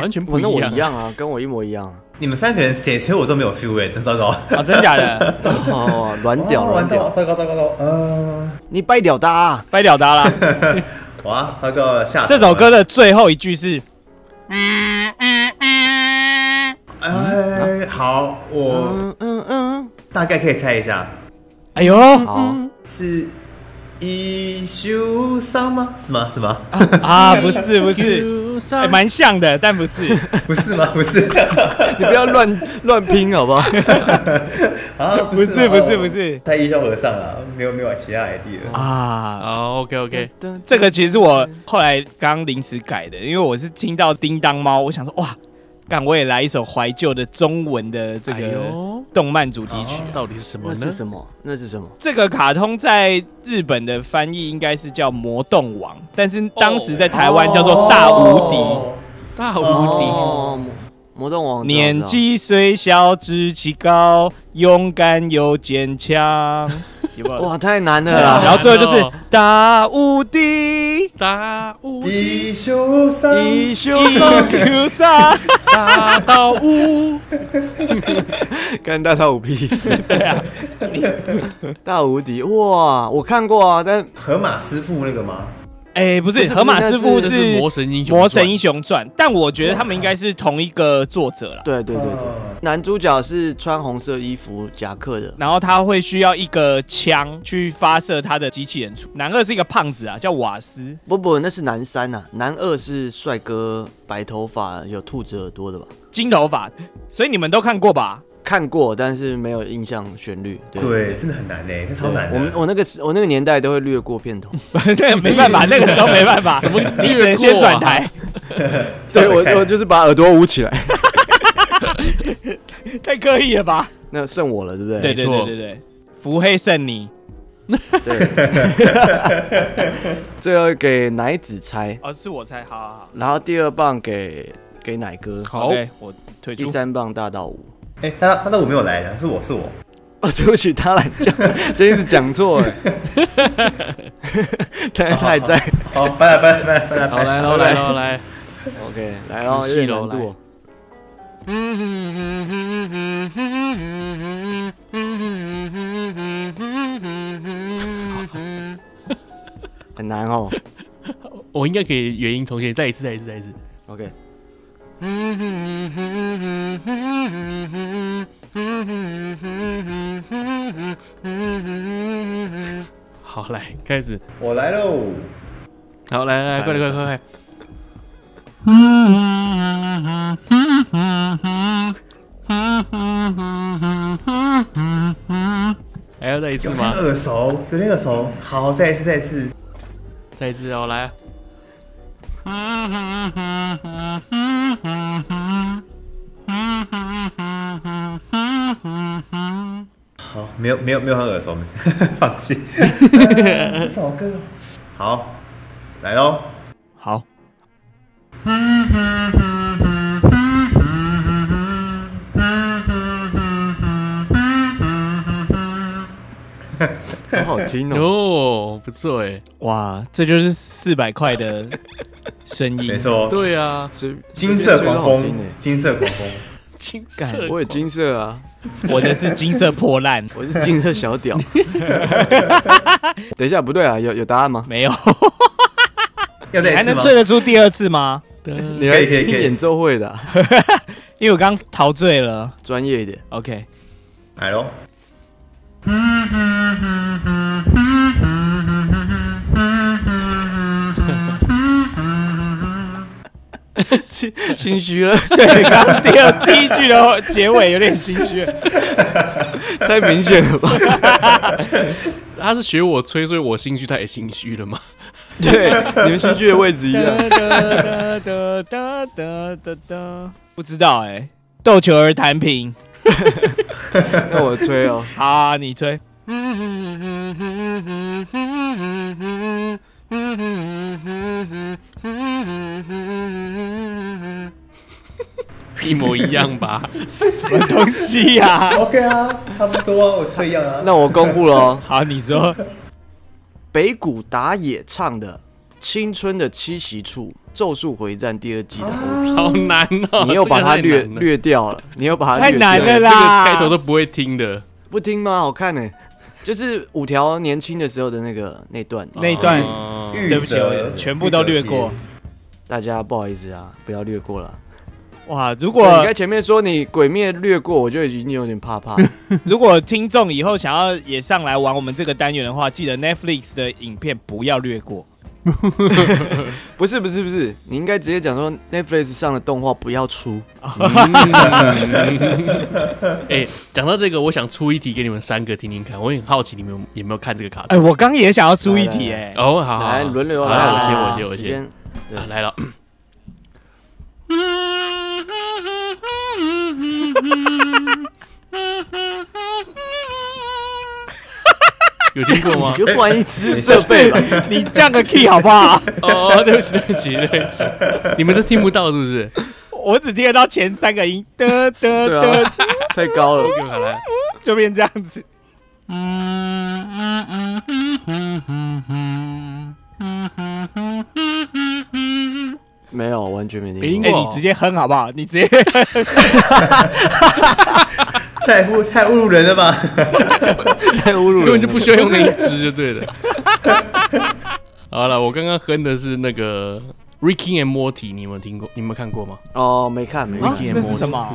完全不
我那我
一
一
样，
样啊，跟我一模一样 啊。
你们三个人写错我都没有 feel 哎，真糟糕。
啊，真假的，
哦，软屌
哇
软
完蛋
屌，
糟糕糟糕糟糕，呃，
你掰屌的啊！
掰了达啦。
哇，糟糕了，下
这首歌的最后一句是
哎，好，我
哦
嗯嗯嗯，
大概可以猜一下，：“
哎呦，
好，
是一休桑吗？是吗？是吗？
啊，不是不是，哎，蛮像的，但不是。
不是吗？不 是
你不 要乱乱拼好不好？
啊，
不是
吗
不是不是
猜一休和尚啊，没有没有其他 idea。
啊。
好，OK OK，
这个其实是我后来刚临时改的，因为我是听到叮当猫，我想说哇，干我也来一首怀旧的中文的这
哎
个
呦，
动漫主题曲。
到底是什么
那
呢
是？什么？那是什么？
这个卡通在日本的翻译应该是叫《魔动王》，但是当时在台湾叫做《大无敌》。
大无敌，
哦，魔魔动王
年 纪虽小，志气高，勇敢又坚强。有没有？
哇，太难了啦！
然后最后就是
难哦
大无 敌，
打无敌，
一休三，
一休
一
三，
Q 三，
打到无。
干大大五屁事。对啊，大无敌哇！我看过啊，但
河马师傅那个吗？
哎，不
不
是
是
河马师傅
这是
是
魔神英雄，
魔神英，雄传，但我觉得他们应该是同一个作者啦。
对对对对，
嗯
男主角是穿红色衣服夹克的，
然后他会需要一个枪去发射他的机器人出。男二是一个胖子啊，叫瓦斯。
不不，那是男三呐、啊，男二是帅哥，白头发，有兔子耳朵的吧？
金头发，所以你们都看过吧？
看过，但是没有印象旋律。对
对，真的很难呢，这超难的。
我们我那个时我那个年代都会略过片头。
那个没办法，那个时候没办 法，
怎么
你只
略
能先
过啊
转台，
对我我就是把耳朵捂起来，
太刻意 了吧？
那剩我了，对不对？
对对对
错
对对，伏黑圣尼
最后给奶子猜，
哦，是我猜，好好好
然后第二棒给给奶哥，
好，
，OK，我退
第
出。
三棒大道五。
哎，他他的我没有来的，是我是我。
哦，对不起，他来讲，这一直讲错 了。但是他还在。
好，拜了拜了拜了拜了，
好来喽来喽来，
OK，
仔
来哦，有
细
点
咯
难度哦。很难哦。
我应该给原因重新再一次再一次再一次。
OK，
好，来开始，
我来喽。
好来来，快点快点快点，还要再一次
有点
吗？
耳熟，有点耳熟。好，再一次，再一次。
再一次哦，来啊，
好，没有，没有，没有很耳熟，我们 放弃。呃这首歌。好，来喽。
好，
好好听哦。
哦，不错哎，
哇，这就是四百块的声 音
没，错，
对啊，
随
金色
随便吹都
狂
好听
风
耶，
金色 狂风。
金
干
色，
我也金色 啊，
我的是金色破 烂，
我是金色小 屌。等一下，不对啊，有有答案吗？
没有，
要
你
再
还
一次
能
吗？
吹得出第二次吗？
你
你
来
可以可以
听
可以
演奏会的啊，
因为我刚陶醉了。
专业一点。
OK，
来喽。
心心虚了，
对，刚刚第二第一句的结尾有点心 虚。
太明显了 吧？
他是学我吹，所以我心虚，他也心虚了嘛。
对，你们心虚的位置一样。
哒哒哒哒哒哒，不知道哎、斗球儿弹平。
那我吹哦。
好、啊，你吹。
一模一样吧？
什么东西呀、
OK 啊，差不多啊，我吹一样啊。
那我公布了哦，
好，你说。
北谷打野唱的《青春的七夕处》《咒术回战》第二季的 OP，
好难哦！
你又把它
这个太
略
难了，
略掉了，你又把它
太
略掉
难了
这个
啦
开头都不会听的。
不听吗？好看呢、欸就是五条年轻的时候的那个那段，
那一段
哦
玉
对不起
泽
我全部都略过。
大家不好意思啊，不要略过了。
哇，如
你
果
刚才前面说你鬼灭略过，我就已经有点 怕怕。
如果听众以后想要也上来玩我们这个单元的话，记得 Netflix 的影片不要略过。
不是不是不是，你应该直接讲说 Netflix 上的动画不要出。嗯
哎，讲到这个，我想出一题给你们三个听听看，我也很好奇你们有没有看这个卡
哎、
通。
我刚也想要出一题
来
哎、
哦，好，好
来轮流
好
来，
来，
啊
我先，
啊
我先，我
时
先
间。对
啊，来了。 有听过吗
你？就换一只设备 吧。
你降个 key 好不好？
哦，对不起，对不起，对不起，你们都听不到是不 是？
我只听得到 前三个音，得得
对
得
啊，太高了。
又来，
就变这样子。
没有，完全没
没听过
听过。
哎、你直接哼好不好？你直接
太侮太侮辱人了 吧？
太侮辱
根本就不需要用那一只就对了。好了，我刚刚哼的是那个 Ricky and Morty，你有没有听过？你有没有看过吗？
哦，没看，没
啊
看，
那是什么？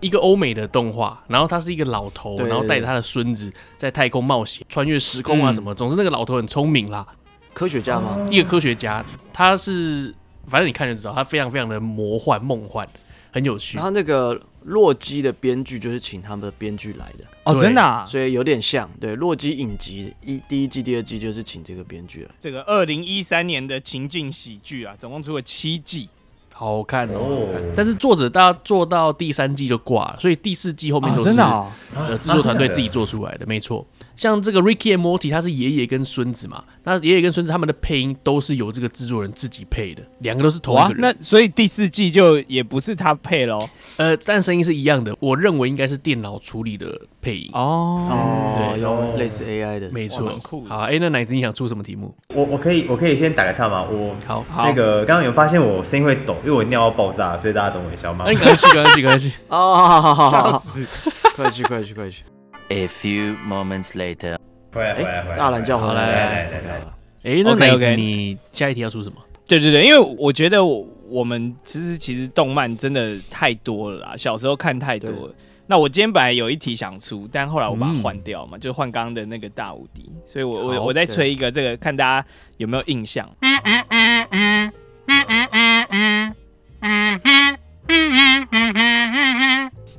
一个欧美的动画，然后他是一个老头，
对
然后带着他的孙子在太空冒险、穿越时空啊什么。总之，那个老头很聪明啦，
科学家吗？
一个科学家，他是反正你看就知道，他非常非常的魔幻梦幻，很有趣
然。后那个洛基的编剧就是请他们的编剧来的，
哦，
对
真的、啊，
所以有点像。对，洛基影集一第一季、第二季就是请这个编剧了。
这个二零一三年的情境喜剧啊，总共出了七季。
好看哦，
哦
好看但是作者大家做到第三季就挂了，所以第四季后面
哦
都是、
真的哦，
啊
呃制作团队自己做出来的，没错。像这个 Ricky and Morty，他是爷爷跟孙子嘛，那爷爷跟孙子他们的配音都是由这个制作人自己配的，两个都是同一
哇
个，人
那，所以第四季就也不是他配喽。
呃，但声音是一样的，我认为应该是电脑处理的配音，
哦，
哦，
对
用类似 AI 的，
没
哇
错
蛮酷。的
好，哎，那奶子你想出什么题目？
我我可以我可以先打个岔吗？我
好，
好
那个刚刚有发现我声音会抖，因为我尿要爆炸，所以大家等我一下嘛
哎
那。你哎赶快去，赶快去，赶快去。
哦，好好好好
笑
好，
死！
快去快去快 去！
A few moments later.
回来回来回来，
哎，大懒叫回
好来
来
来来来
了，
哎，那奶
OK，OK
子你下一题要出什么？
对对对，因为我觉得我我们其实其实动漫真的太多了啦，小时候看太多了。那我今天本来有一题想出，但后来我把它换掉嘛，就换刚刚的那个大无敌，所以我
好
我我再吹一个这个，看大家有没有印象。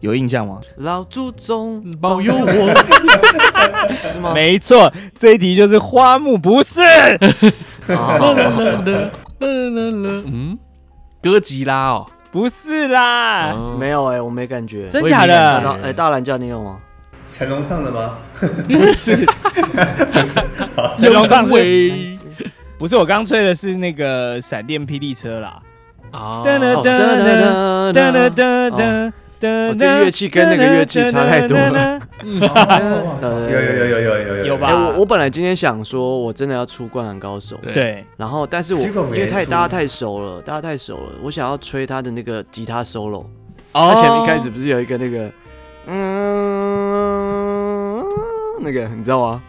有印象吗？
老祖
嗯
宗
保佑我！
是吗？
没错，这一题就是花木不是。
哦，
嗯，哥吉拉哦，
不是啦，
哦
没有哎，我没感觉。
啊真假
我也没
大大
感
的？
觉
哎，大懒叫你有吗？
成龙唱的吗？
不是，成龙唱是？
喂
不是我刚吹的是那个闪电霹雳车啦。
啊，
噔噔
哦
噔噔噔噔
哦
噔噔，
这乐器跟那个乐器差太多了
了。
有有有有有有有
有吧
哎，我我本来今天想说，我真的要出《灌篮高手》，
对
啊对，
然后但是我
结果
因
没
为太
出
大家太熟了，大家太熟了，我想要吹他的那个吉他 solo。
哦
他前面一开始不是有一个那个，嗯，那个你知道吗？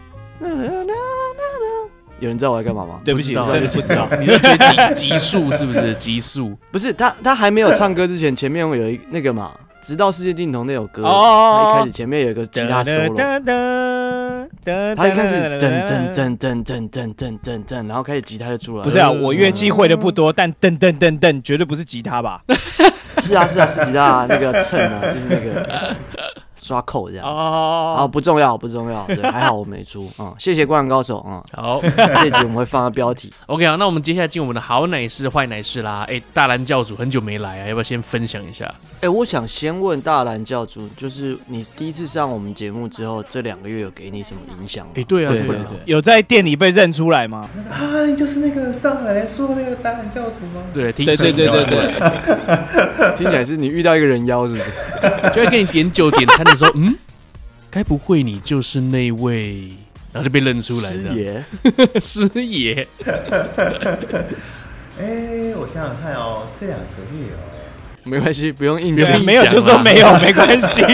有人知道我在干嘛吗？
对不起，
不知道
真的不知 道。
你是追极极速是不是？极速
不是他，他还没有唱歌之前，前面有一那个嘛，直到世界尽头那首歌，
哦哦哦
他一开始前面有一个吉他 solo，
噔噔噔
他一开始噔噔。呃噔噔噔噔噔噔噔，然后开始吉他就出来了。
不是啊，我乐器会的不多，但噔噔噔噔绝对不是吉他吧？
是啊是啊是吉他啊，那个秤啊，就是那个刷扣这样。啊，
哦，
不重要，不重要，对，还好我没出，嗯，谢谢《灌篮高手》，嗯，
好。
这集我们会放在标题。
OK 啊，那我们接下来进我们的好奶师、坏奶师啦。哎、大蓝教主很久没来啊，要不要先分享一下？
哎、我想先问大蓝教主，就是你第一次上我们节目之后，这两个月有给你什么影响吗？
哎、对啊，
对
对
对
啊，
对，有在店里被认出来吗？
啊，你就是那个上海来说那个打懒教主吗？
对，听
对对对对
声音
对，
听起来是你遇到一个人妖，是不是？
啊就会给你点酒点餐的时候，嗯，该不会你就是那位，然后就被认出来
师
的
爷，
师爷。
哎、我想想看哦，这两个月哦，
没关系，不用硬
不用
讲
硬。
没有就说没有，没关系。我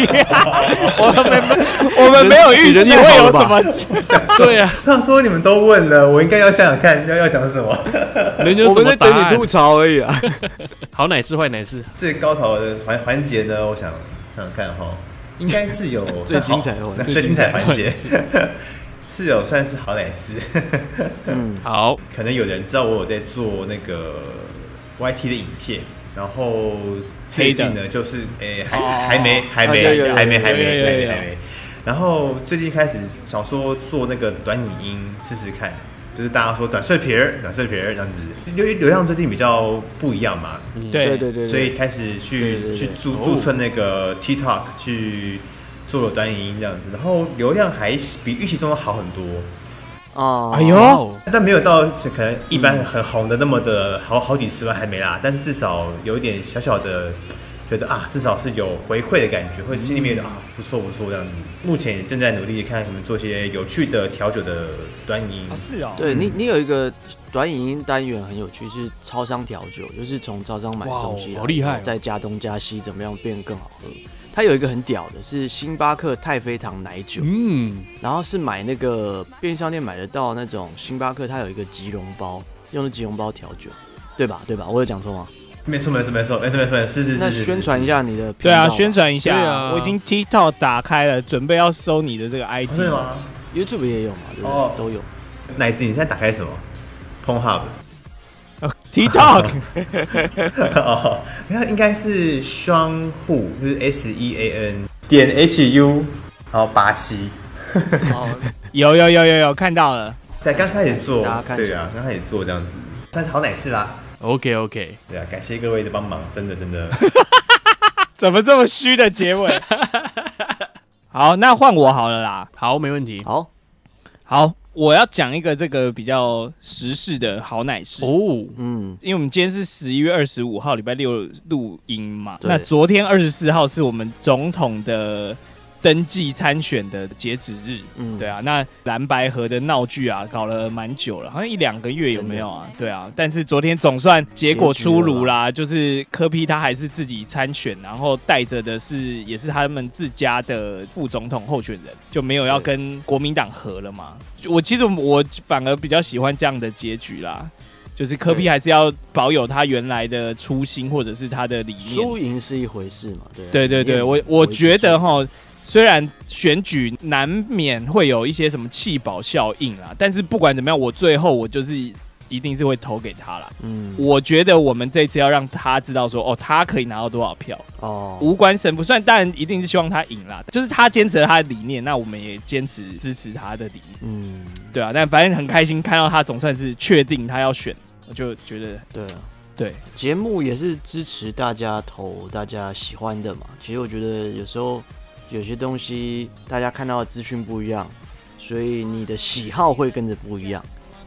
们没我们没有预期会有什么
对啊，
我想说你们都问了，我应该要想想看要要讲什么。
人家有
我
什
们
么
在
答
等你
案
吐？槽而已啊。
好奶师、坏奶师，
最高潮的环环节呢，我想想想看哈、应该是有
最精彩的环节
最精彩环节 是有算是好奶师，
嗯
好，
可能有人知道我有在做那个 YT 的影片，然后最近呢就是诶、
哦
还还没还没
有有有
还没
有
还没
有有
还没
有
还没，然后最近开始想说做那个短影音试试看。就是大家说短视频儿、短视频儿这样子，流流量最近比较不一样嘛，
对对
对
对
所以
对，
开始
嗯对
去
对对
去注
哦
注册那个 TikTok 去做了短影音这样子，然后流量还比预期中的好很多，
啊，
哎呦
哇哦
但没有到可能一般很红的那么的好好几十万还没啦，但是至少有一点小小的。觉得啊，至少是有回馈的感觉，或者心里面的啊，不错不错这样子。目前也正在努力看他们做一些有趣的调酒的端倪
啊，，是哦，
对你，你有一个短影音单元很有趣，是超商调酒，就是从超商买
哇哦
东西，
好厉害哦
再加东加西，怎么样变更好喝？它有一个很屌的，是星巴克太妃糖奶酒，
嗯，
然后是买那个便利商店买得到那种星巴克，它有一个吉隆包，用的吉隆包调酒，对吧？对吧？我有讲错吗？
没错没错没错没错没错，是是是。
那
是
宣传一，下你的频
对啊，
道吧
宣传一下，
对啊
我已经 TikTok 打开了，准备要搜你的这个 ID
是是真的吗？
YouTube 也有嘛，对不对？
哦
都有。
奶子，你现在打开什么 p o n Hub？
哦 TikTok
哦，那应该是双户，就是 S E A N 点 H U，然哦后八七，
有有有有有看到了，
在刚开始做
大家，看
对啊，刚开始做这样子，算是好奶事啦。
OK OK，
对啊，感谢各位的帮忙，真的真的。
怎么这么虚的结尾？好，那换我好了啦。
好，没问题。
好
好，我要讲一个这个比较时事的好奶事。
哦，
嗯，
因为我们今天是十一月二十五号，礼拜六录音嘛。
对
那昨天二十四号是我们总统的登记参选的截止日。
嗯
对啊，那蓝白河的闹剧啊，搞了蛮久了，好像一两个月有没有啊？对啊，但是昨天总算结果出炉啦，就是柯 P 他还是自己参选，然后带着的是也是他们自家的副总统候选人，就没有要
对
跟国民党合了嘛。就我其实我反而比较喜欢这样的结局啦。就是柯 P
对
还是要保有他原来的初心，或者是他的理念。
输赢是一回事嘛，对啊。
对对
理
对，
念
我我
为主
觉得哈，虽然选举难免会有一些什么弃保效应啦，但是不管怎么样，我最后我就是一定是会投给他啦。
嗯
我觉得我们这次要让他知道说，哦，他可以拿到多少票，
哦，
无关胜负。虽然当然一定是希望他赢啦，就是他坚持了他的理念，那我们也坚持支持他的理念，
嗯，
对啊。但反正很开心看到他总算是确定他要选，我就觉得
对啊。
对，
节目也是支持大家投大家喜欢的嘛。其实我觉得有时候有些东西大家看到的资讯不一样，所以你的喜好会跟着不一样，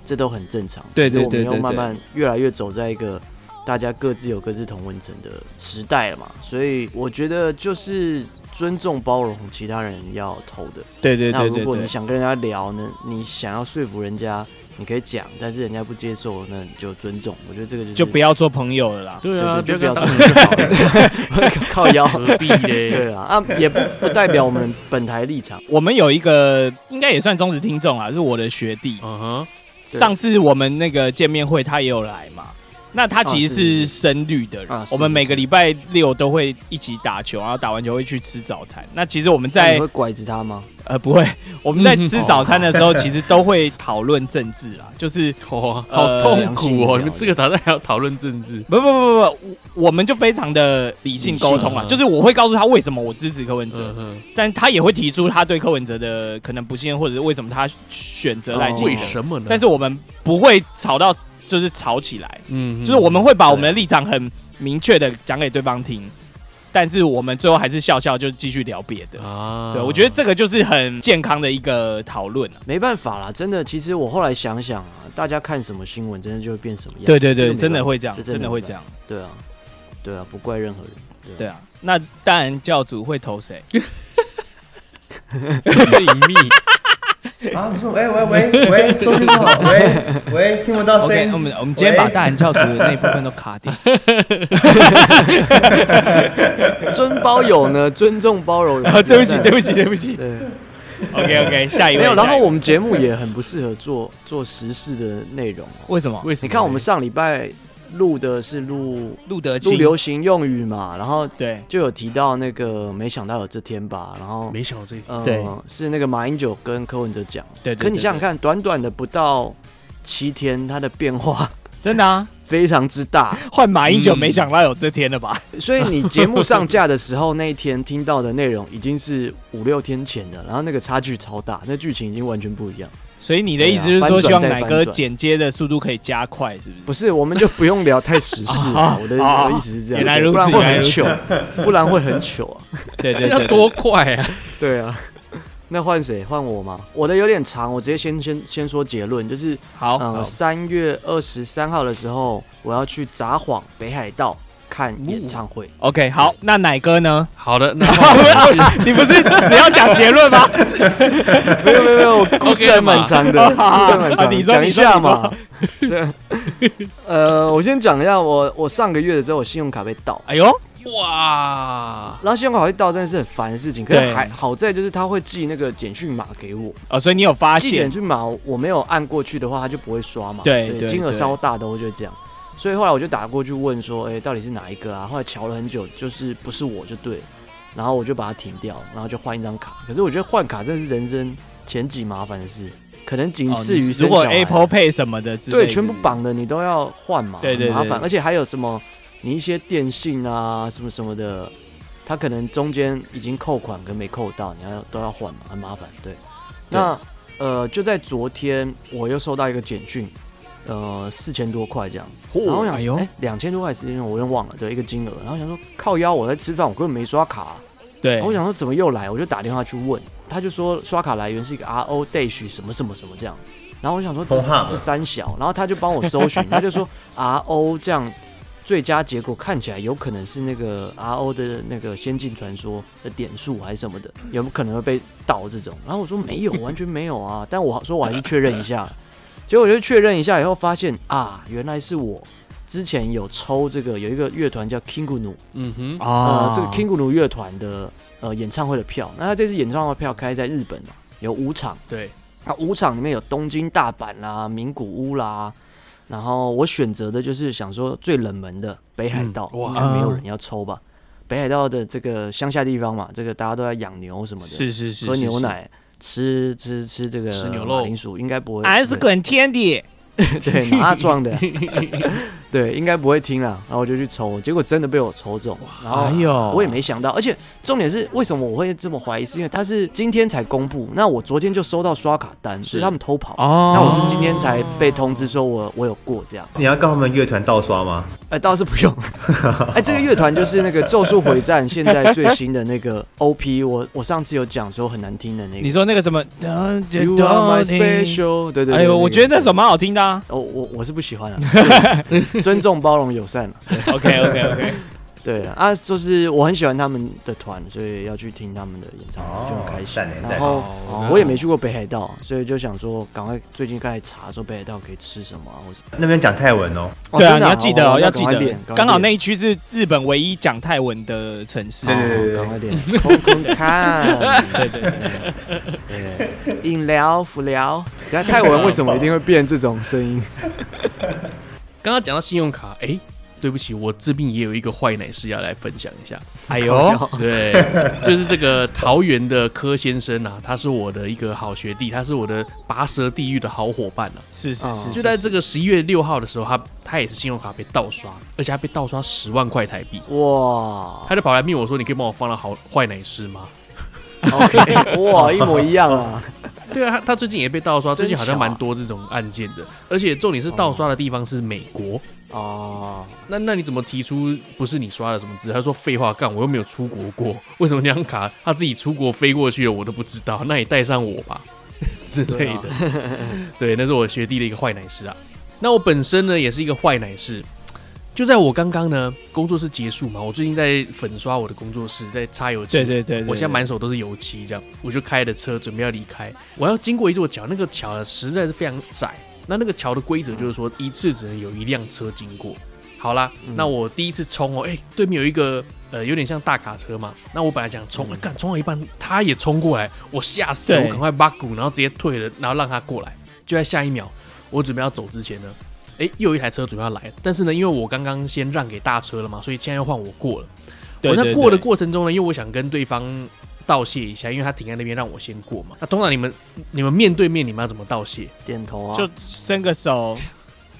这都很正常。
对
只是
对对
我们
对
要慢
对
慢越来越走在一个大家各自有各自同文层的时代了嘛。所以我觉得就是尊重包容其他人要投的。
对对对对
那
对。
如果你想跟人家聊呢，你想要说服人家，你可以讲，但是人家不接受，那你就尊重。我觉得这个就是
就不要做朋友了啦。
对啊，
对对，就
不
不
要
要做
跟他
就好了， 靠腰。
何必嘞？
对啊，啊也不不代表我们本台立场。
我们有一个应该也算忠实听众啊，是我的学弟。
嗯哼，
哦对
上次我们那个见面会，他也有来嘛。那他其实
啊是
是
是
深绿的人，
啊是
我们
是
每
是
个礼拜六都会一起打球，然后打完球会去吃早餐。那其实我们
那
在
你会拐着他吗？
呃不会，我们在
嗯哼
吃早餐的
哦
时候，其实都会讨论政治啦，就是
哇，好
呃
痛苦
良
哦！
心
你们这个早上还要讨论政治，
不不不不不，我们就非常的理性沟通啦，啊
啊
理性
就是我会告诉他为什么我支持柯文哲，
嗯哼，
但他也会提出他对柯文哲的可能不信任，或者是为什么他选择来
哦
嗯
竞
为
选
什么呢？
嗯但是我们不会吵到就是吵起来，
嗯哼，
就是我们会把我们的立场很明确的讲给对方听，但是我们最后还是笑笑就继续聊别的。
啊，
对，我觉得这个就是很健康的一个讨论啊。
没办法啦，真的。其实我后来想想啊，大家看什么新闻，真的就会变什么样。
对对对，
这个
真
没办
的
法
会这样，
这
真的
没
会
办
这样。
法。对啊，对啊，不怪任何人。
对啊，那当然教主会投 谁？
这隐秘，
啊，我说喂喂喂喂，收听不好，喂喂，听不到声
OK，
音。
我们我们今天把
喂
大韩教主的那一部分都卡掉。
尊包友呢，尊重包容人
啊，。对不起，对不起，对不起。
对。
OK OK，下一位。
没有，然后
下一位
我们节目也很不适合做做时事的内容哦。
为什么
为什么呢？
你看，我们上礼拜录的是录
路德
录
清
流行用语嘛，然后
对
就有提到那个没想到有这天吧，然后
没想到 这一
呃
对
是那个马英九跟柯文哲讲，
对对
可你
对
想想
对
看，短短的不到七天，它的变化
真的啊，
非常之 大，
换马英九
嗯
没想到有这天了吧？
所以你节目上架的时候那一天听到的内容已经是五六天前的，然后那个差距超大，那剧情已经完全不一样。
嗯所以你的意思是
啊
说，希望奶哥剪接的速度可以加快，是不
不
是？。
是，我们就不用聊太时事了 我的
好
我的意思是这样，
原来如此
不然会很
原
糗，不然会很糗 啊。
对
这
对
要
对，
多快啊！
对啊，那换谁？换我吗？我的有点长，我直接先先先说结论，就是
好，
呃，
好
三月二十三号的时候，我要去札幌北海道看演唱会。
OK，好，那奶哥呢？
好的， 那换我们
你不是只要讲结论 吗？
没有没有没有，我故
OK
事还蛮长
嘛
的，故事还蛮
啊
长
你
的，
说
讲
你
一
说
下
你说
嘛。 对，呃，我先讲一下，我我上个月的时候，我信用卡被盗，
哎呦，
哇，
然后信用卡会盗，真的是很烦的事情。可
对
是还好在就是他会寄那个简讯码给我，
哦，所以你有发
寄简
现
讯码我没有按过去的话，他就不会刷嘛。
对
所
对
以金额
对
稍大都就这样。所以后来我就打过去问说，哎、到底是哪一个啊？后来瞧了很久，就是不是我就对了，然后我就把它停掉，然后就换一张卡。可是我觉得换卡真的是人生前几麻烦的事，可能仅
哦
次于、
你如果 Apple Pay 什么的之类的，
对，全部绑的你都要换嘛，
对对
很麻
对
烦，而且还有什么你一些电信啊什么什么的，它可能中间已经扣款跟没扣到，你要都要换嘛，很麻烦。对，那呃就在昨天我又收到一个简讯，呃四千多块这样，然后我想
哎
说
呦
哎两千多块四千我又忘了，对一个金额，然后想说靠腰我在吃饭，我根本没刷卡啊、
对
然后我想说怎么又来，我就打电话去问，他就说刷卡来源是一个 RO dash 什么什么什么这样。然后我想说这
Pornhub
这三小，然后他就帮我搜寻，他就说 RO 这样最佳结果看起来有可能是那个 RO 的那个《仙境传说》的点数还是什么的，有可能会被盗这种。然后我说没有，完全没有啊，但我说我还是确认一下。结果我就确认一下以后，发现啊，原来是我之前有抽这个有一个乐团叫 Kingunu，
嗯哼，
呃，这个
听
King g u 乐团的呃演唱会的票，那他这次演唱会票开在日本嘛，有五场，
对，
那五场里面有东京、大阪啦、名古屋啦，然后我选择的就是想说最冷门的北海道，
嗯哇
应该没有人要抽吧？北海道的这个乡下地方嘛，这个大家都在养牛什么的，
是是是
喝牛，奶。吃吃吃这个
吃牛
马
肉
铃薯应该不会，
俺是滚天的，
对马撞的， 对，应该不会听啦。然后我就去抽，结果真的被我抽中，然后
哎呦，
我也没想到，而且重点是为什么我会这么怀疑，是因为他是今天才公布，那我昨天就收到刷卡单，是他们偷跑，
哦，
那我是今天才被通知说我我有过这 样，
你要告他们乐团盗刷吗？
哎，倒是不用，哎，这个乐团就是那个《咒术回战》现在最新的那个 OP，我我上次有讲说很难听的那
你
个
说那个什么
，You are my special，对对对，
哎呦，我觉得那首
么。
蛮好听的 啊。
哦，我我是不喜 欢啊，对尊重、包容、友善啊
OK OK OK，
对了啊，就是我很喜欢他们的团，所以要去听他们的演唱会，就很开心
赞耶。
然
赞
后
哦
我也没去过北海道，所以就想说赶快最近开始查说北海道可以吃什么啊，或者
那边讲泰文哦，
哦
对啊，你
真的
要记得
好
哦，
那
要
赶
记
快
得
练，赶快
刚好那
练
一区是日本唯一讲泰文的城市。
对对对
哦赶快练，空空看，
对对对，
对饮料、辅料，等下泰文为什么一定会变这种声音？
刚刚讲到信用卡，哎、对不起，我这边也有一个坏奶事要来分享一下。
哎呦，
对，就是这个桃园的柯先生啊，他是我的一个好学弟，他是我的拔舌地狱的好伙伴啊。
是是哦是，
就在这个十一月六号的时候，他他也是信用卡被盗刷，而且他被盗刷十万块台币，
哇
他就跑来命我说：“你可以帮我放了好坏奶师吗
，OK，哇，一模一样啊！？”
对啊，他他最近也被盗刷，
真
最近好像
巧
蛮多这种案件的，而且重点是盗刷的地方是美国。
哦，
那那你怎么提出不是你刷的什么字？他说废话，干我又没有出国过，为什么那张卡他自己出国飞过去了，我都不知道？那你带上我吧之类的。 对，那是我学弟的一个坏奶师啊。那我本身呢也是一个坏奶师。就在我刚刚呢工作室结束嘛，我最近在粉刷我的工作室，在擦油漆。
对对对，对
我现在满手都是油漆，这样我就开着车准备要离开，我要经过一座桥，那个桥呢实在是非常窄。那那个桥的规则就是说，一次只能有一辆车经过。好啦，
嗯
那我第一次冲哦，哎、对面有一个呃，有点像大卡车嘛。那我本来想冲，哎干、冲到一半，他也冲过来，我吓死了，
嗯对
我赶快把鼓，然后直接退了，然后让他过来。就在下一秒，我准备要走之前呢，哎、又有一台车准备要来，但是呢，因为我刚刚先让给大车了嘛，所以现在又换我过了。
对
我在
对
过的
对
过程中呢，因为我想跟对方道谢一下，因为他停在那边让我先过嘛。那通常你们你们面对面，你们要怎么道谢？
点头啊，
就伸个手，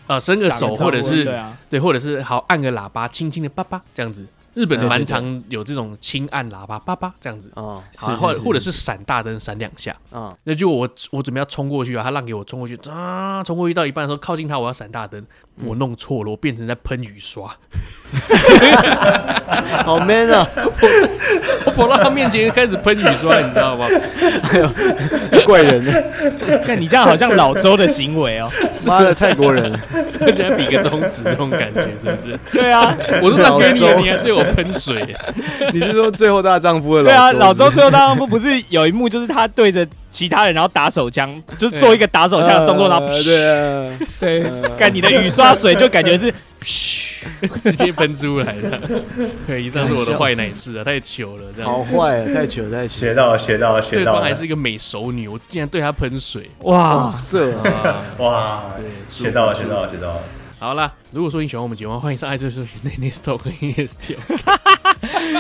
呃，伸个
打个
手，
招呼
或者是
对啊，
对，或者是好按个喇叭，轻轻的叭叭这样子。日本
对
蛮
对对
常有这种轻按喇叭叭叭这样子，
嗯
好，
是
或
是是
或者是闪大灯闪两下。
嗯，
那就我我准备要冲过去啊，他让给我冲过去啊，冲过去到一半的时候靠近他，我要闪大灯，我弄错了，我变成在喷雨刷。
好 man 啊！
我跑到他面前开始喷雨刷，你知道吗？
怪人，
看你这样好像老周的行为 哦。
妈的泰国人，
而且还比个中指，这种感觉是不是？
对啊，
我都让给你
老
了，
周
你还对我喷水，
你是说最后大丈夫的
对啊，老
老
周最后当不不是有一幕就是他对着其他人然后打手枪，就是做一个打手 枪的动作，然后
呃对啊，
对，干你的雨刷水就感 觉是
直接喷出来的。对，以上是我的坏奶事啊，太糗了，这样。
好坏啊，太糗太 糗，
学到了，学到了，学
对
到
方
了，
还是一个美熟女，我竟然对她喷水。
哇，
色啊，
啊
哇，
对
学到了，学到了，学到了。
好啦，如果说你喜欢我们节目，欢迎上爱 社社群内内 stock 跟 E ES 调。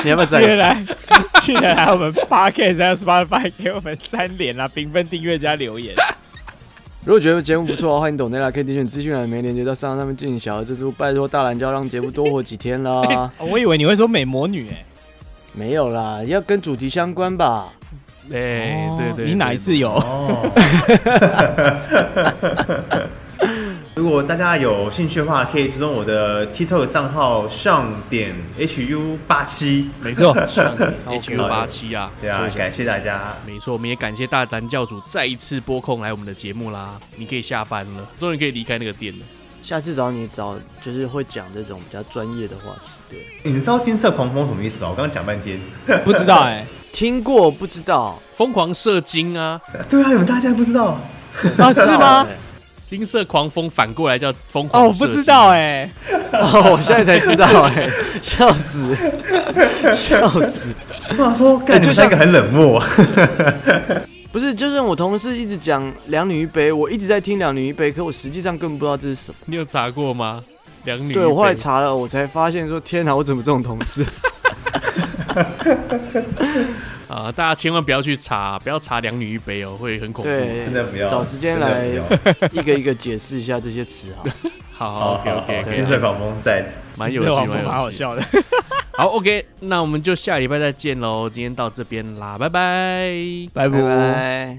你要不要
竟
再一
然
次？
来， 竟然来我们 Podcast 还有 Spotify 给我们三连啦，评分、订阅加留言。
如果觉得节目不错，欢迎抖内啦，可以点选资讯栏里面连接到上上面进行小额赞助，拜托大蓝椒让节目多活几天 啦。
哦我以为你会说美魔女哎、
没有啦，要跟主题相关吧？
哎，对对，
哦你哪一
对
次有？
哦， 如果大家有兴趣的话，可以追踪我的 TikTok 账号上点 HU 八七。
没错，
上
OK
H U 八七啊？
对啊，感谢大家。
没错，我们也感谢大胆教主再一次拨空来我们的节目啦。你可以下班了，终于可以离开那个店了。
下次找你找就是会讲这种比较专业的话题。对，
你们知道金色狂风什么意思吧？我刚刚讲半天。
不知道哎、
听过不知道
疯狂射精啊，
对啊，你们大家不知道。
啊是吗？
对
金色狂风反过来叫疯狂
哦，我
射
不
精
知道哎、
哦，我现在才知道哎、笑死， 笑死！
我想说，
哎
感觉
就
像
像
一个很冷 漠。
不是，就是我同事一直讲两女一杯，我一直在听两女一杯，可我实际上根本不知道这是什么。
你有查过吗？两女一
对我后来
杯
查了，我才发现说天哪，我怎么这种同 事？
啊，大家千万不要去查，不要查两女一杯哦，会很恐怖。
对，
真的不要
找时间来
真的 不
一个一个解释一下这些词 哈。
好
好
，OK
好好
OK
金
OK，
色狂风在。
蛮有
这
趣，
网
蛮有
络
趣
蛮好。笑的。
好，OK，那我们就下礼拜再见喽，今天到这边啦，拜拜。
拜
拜拜。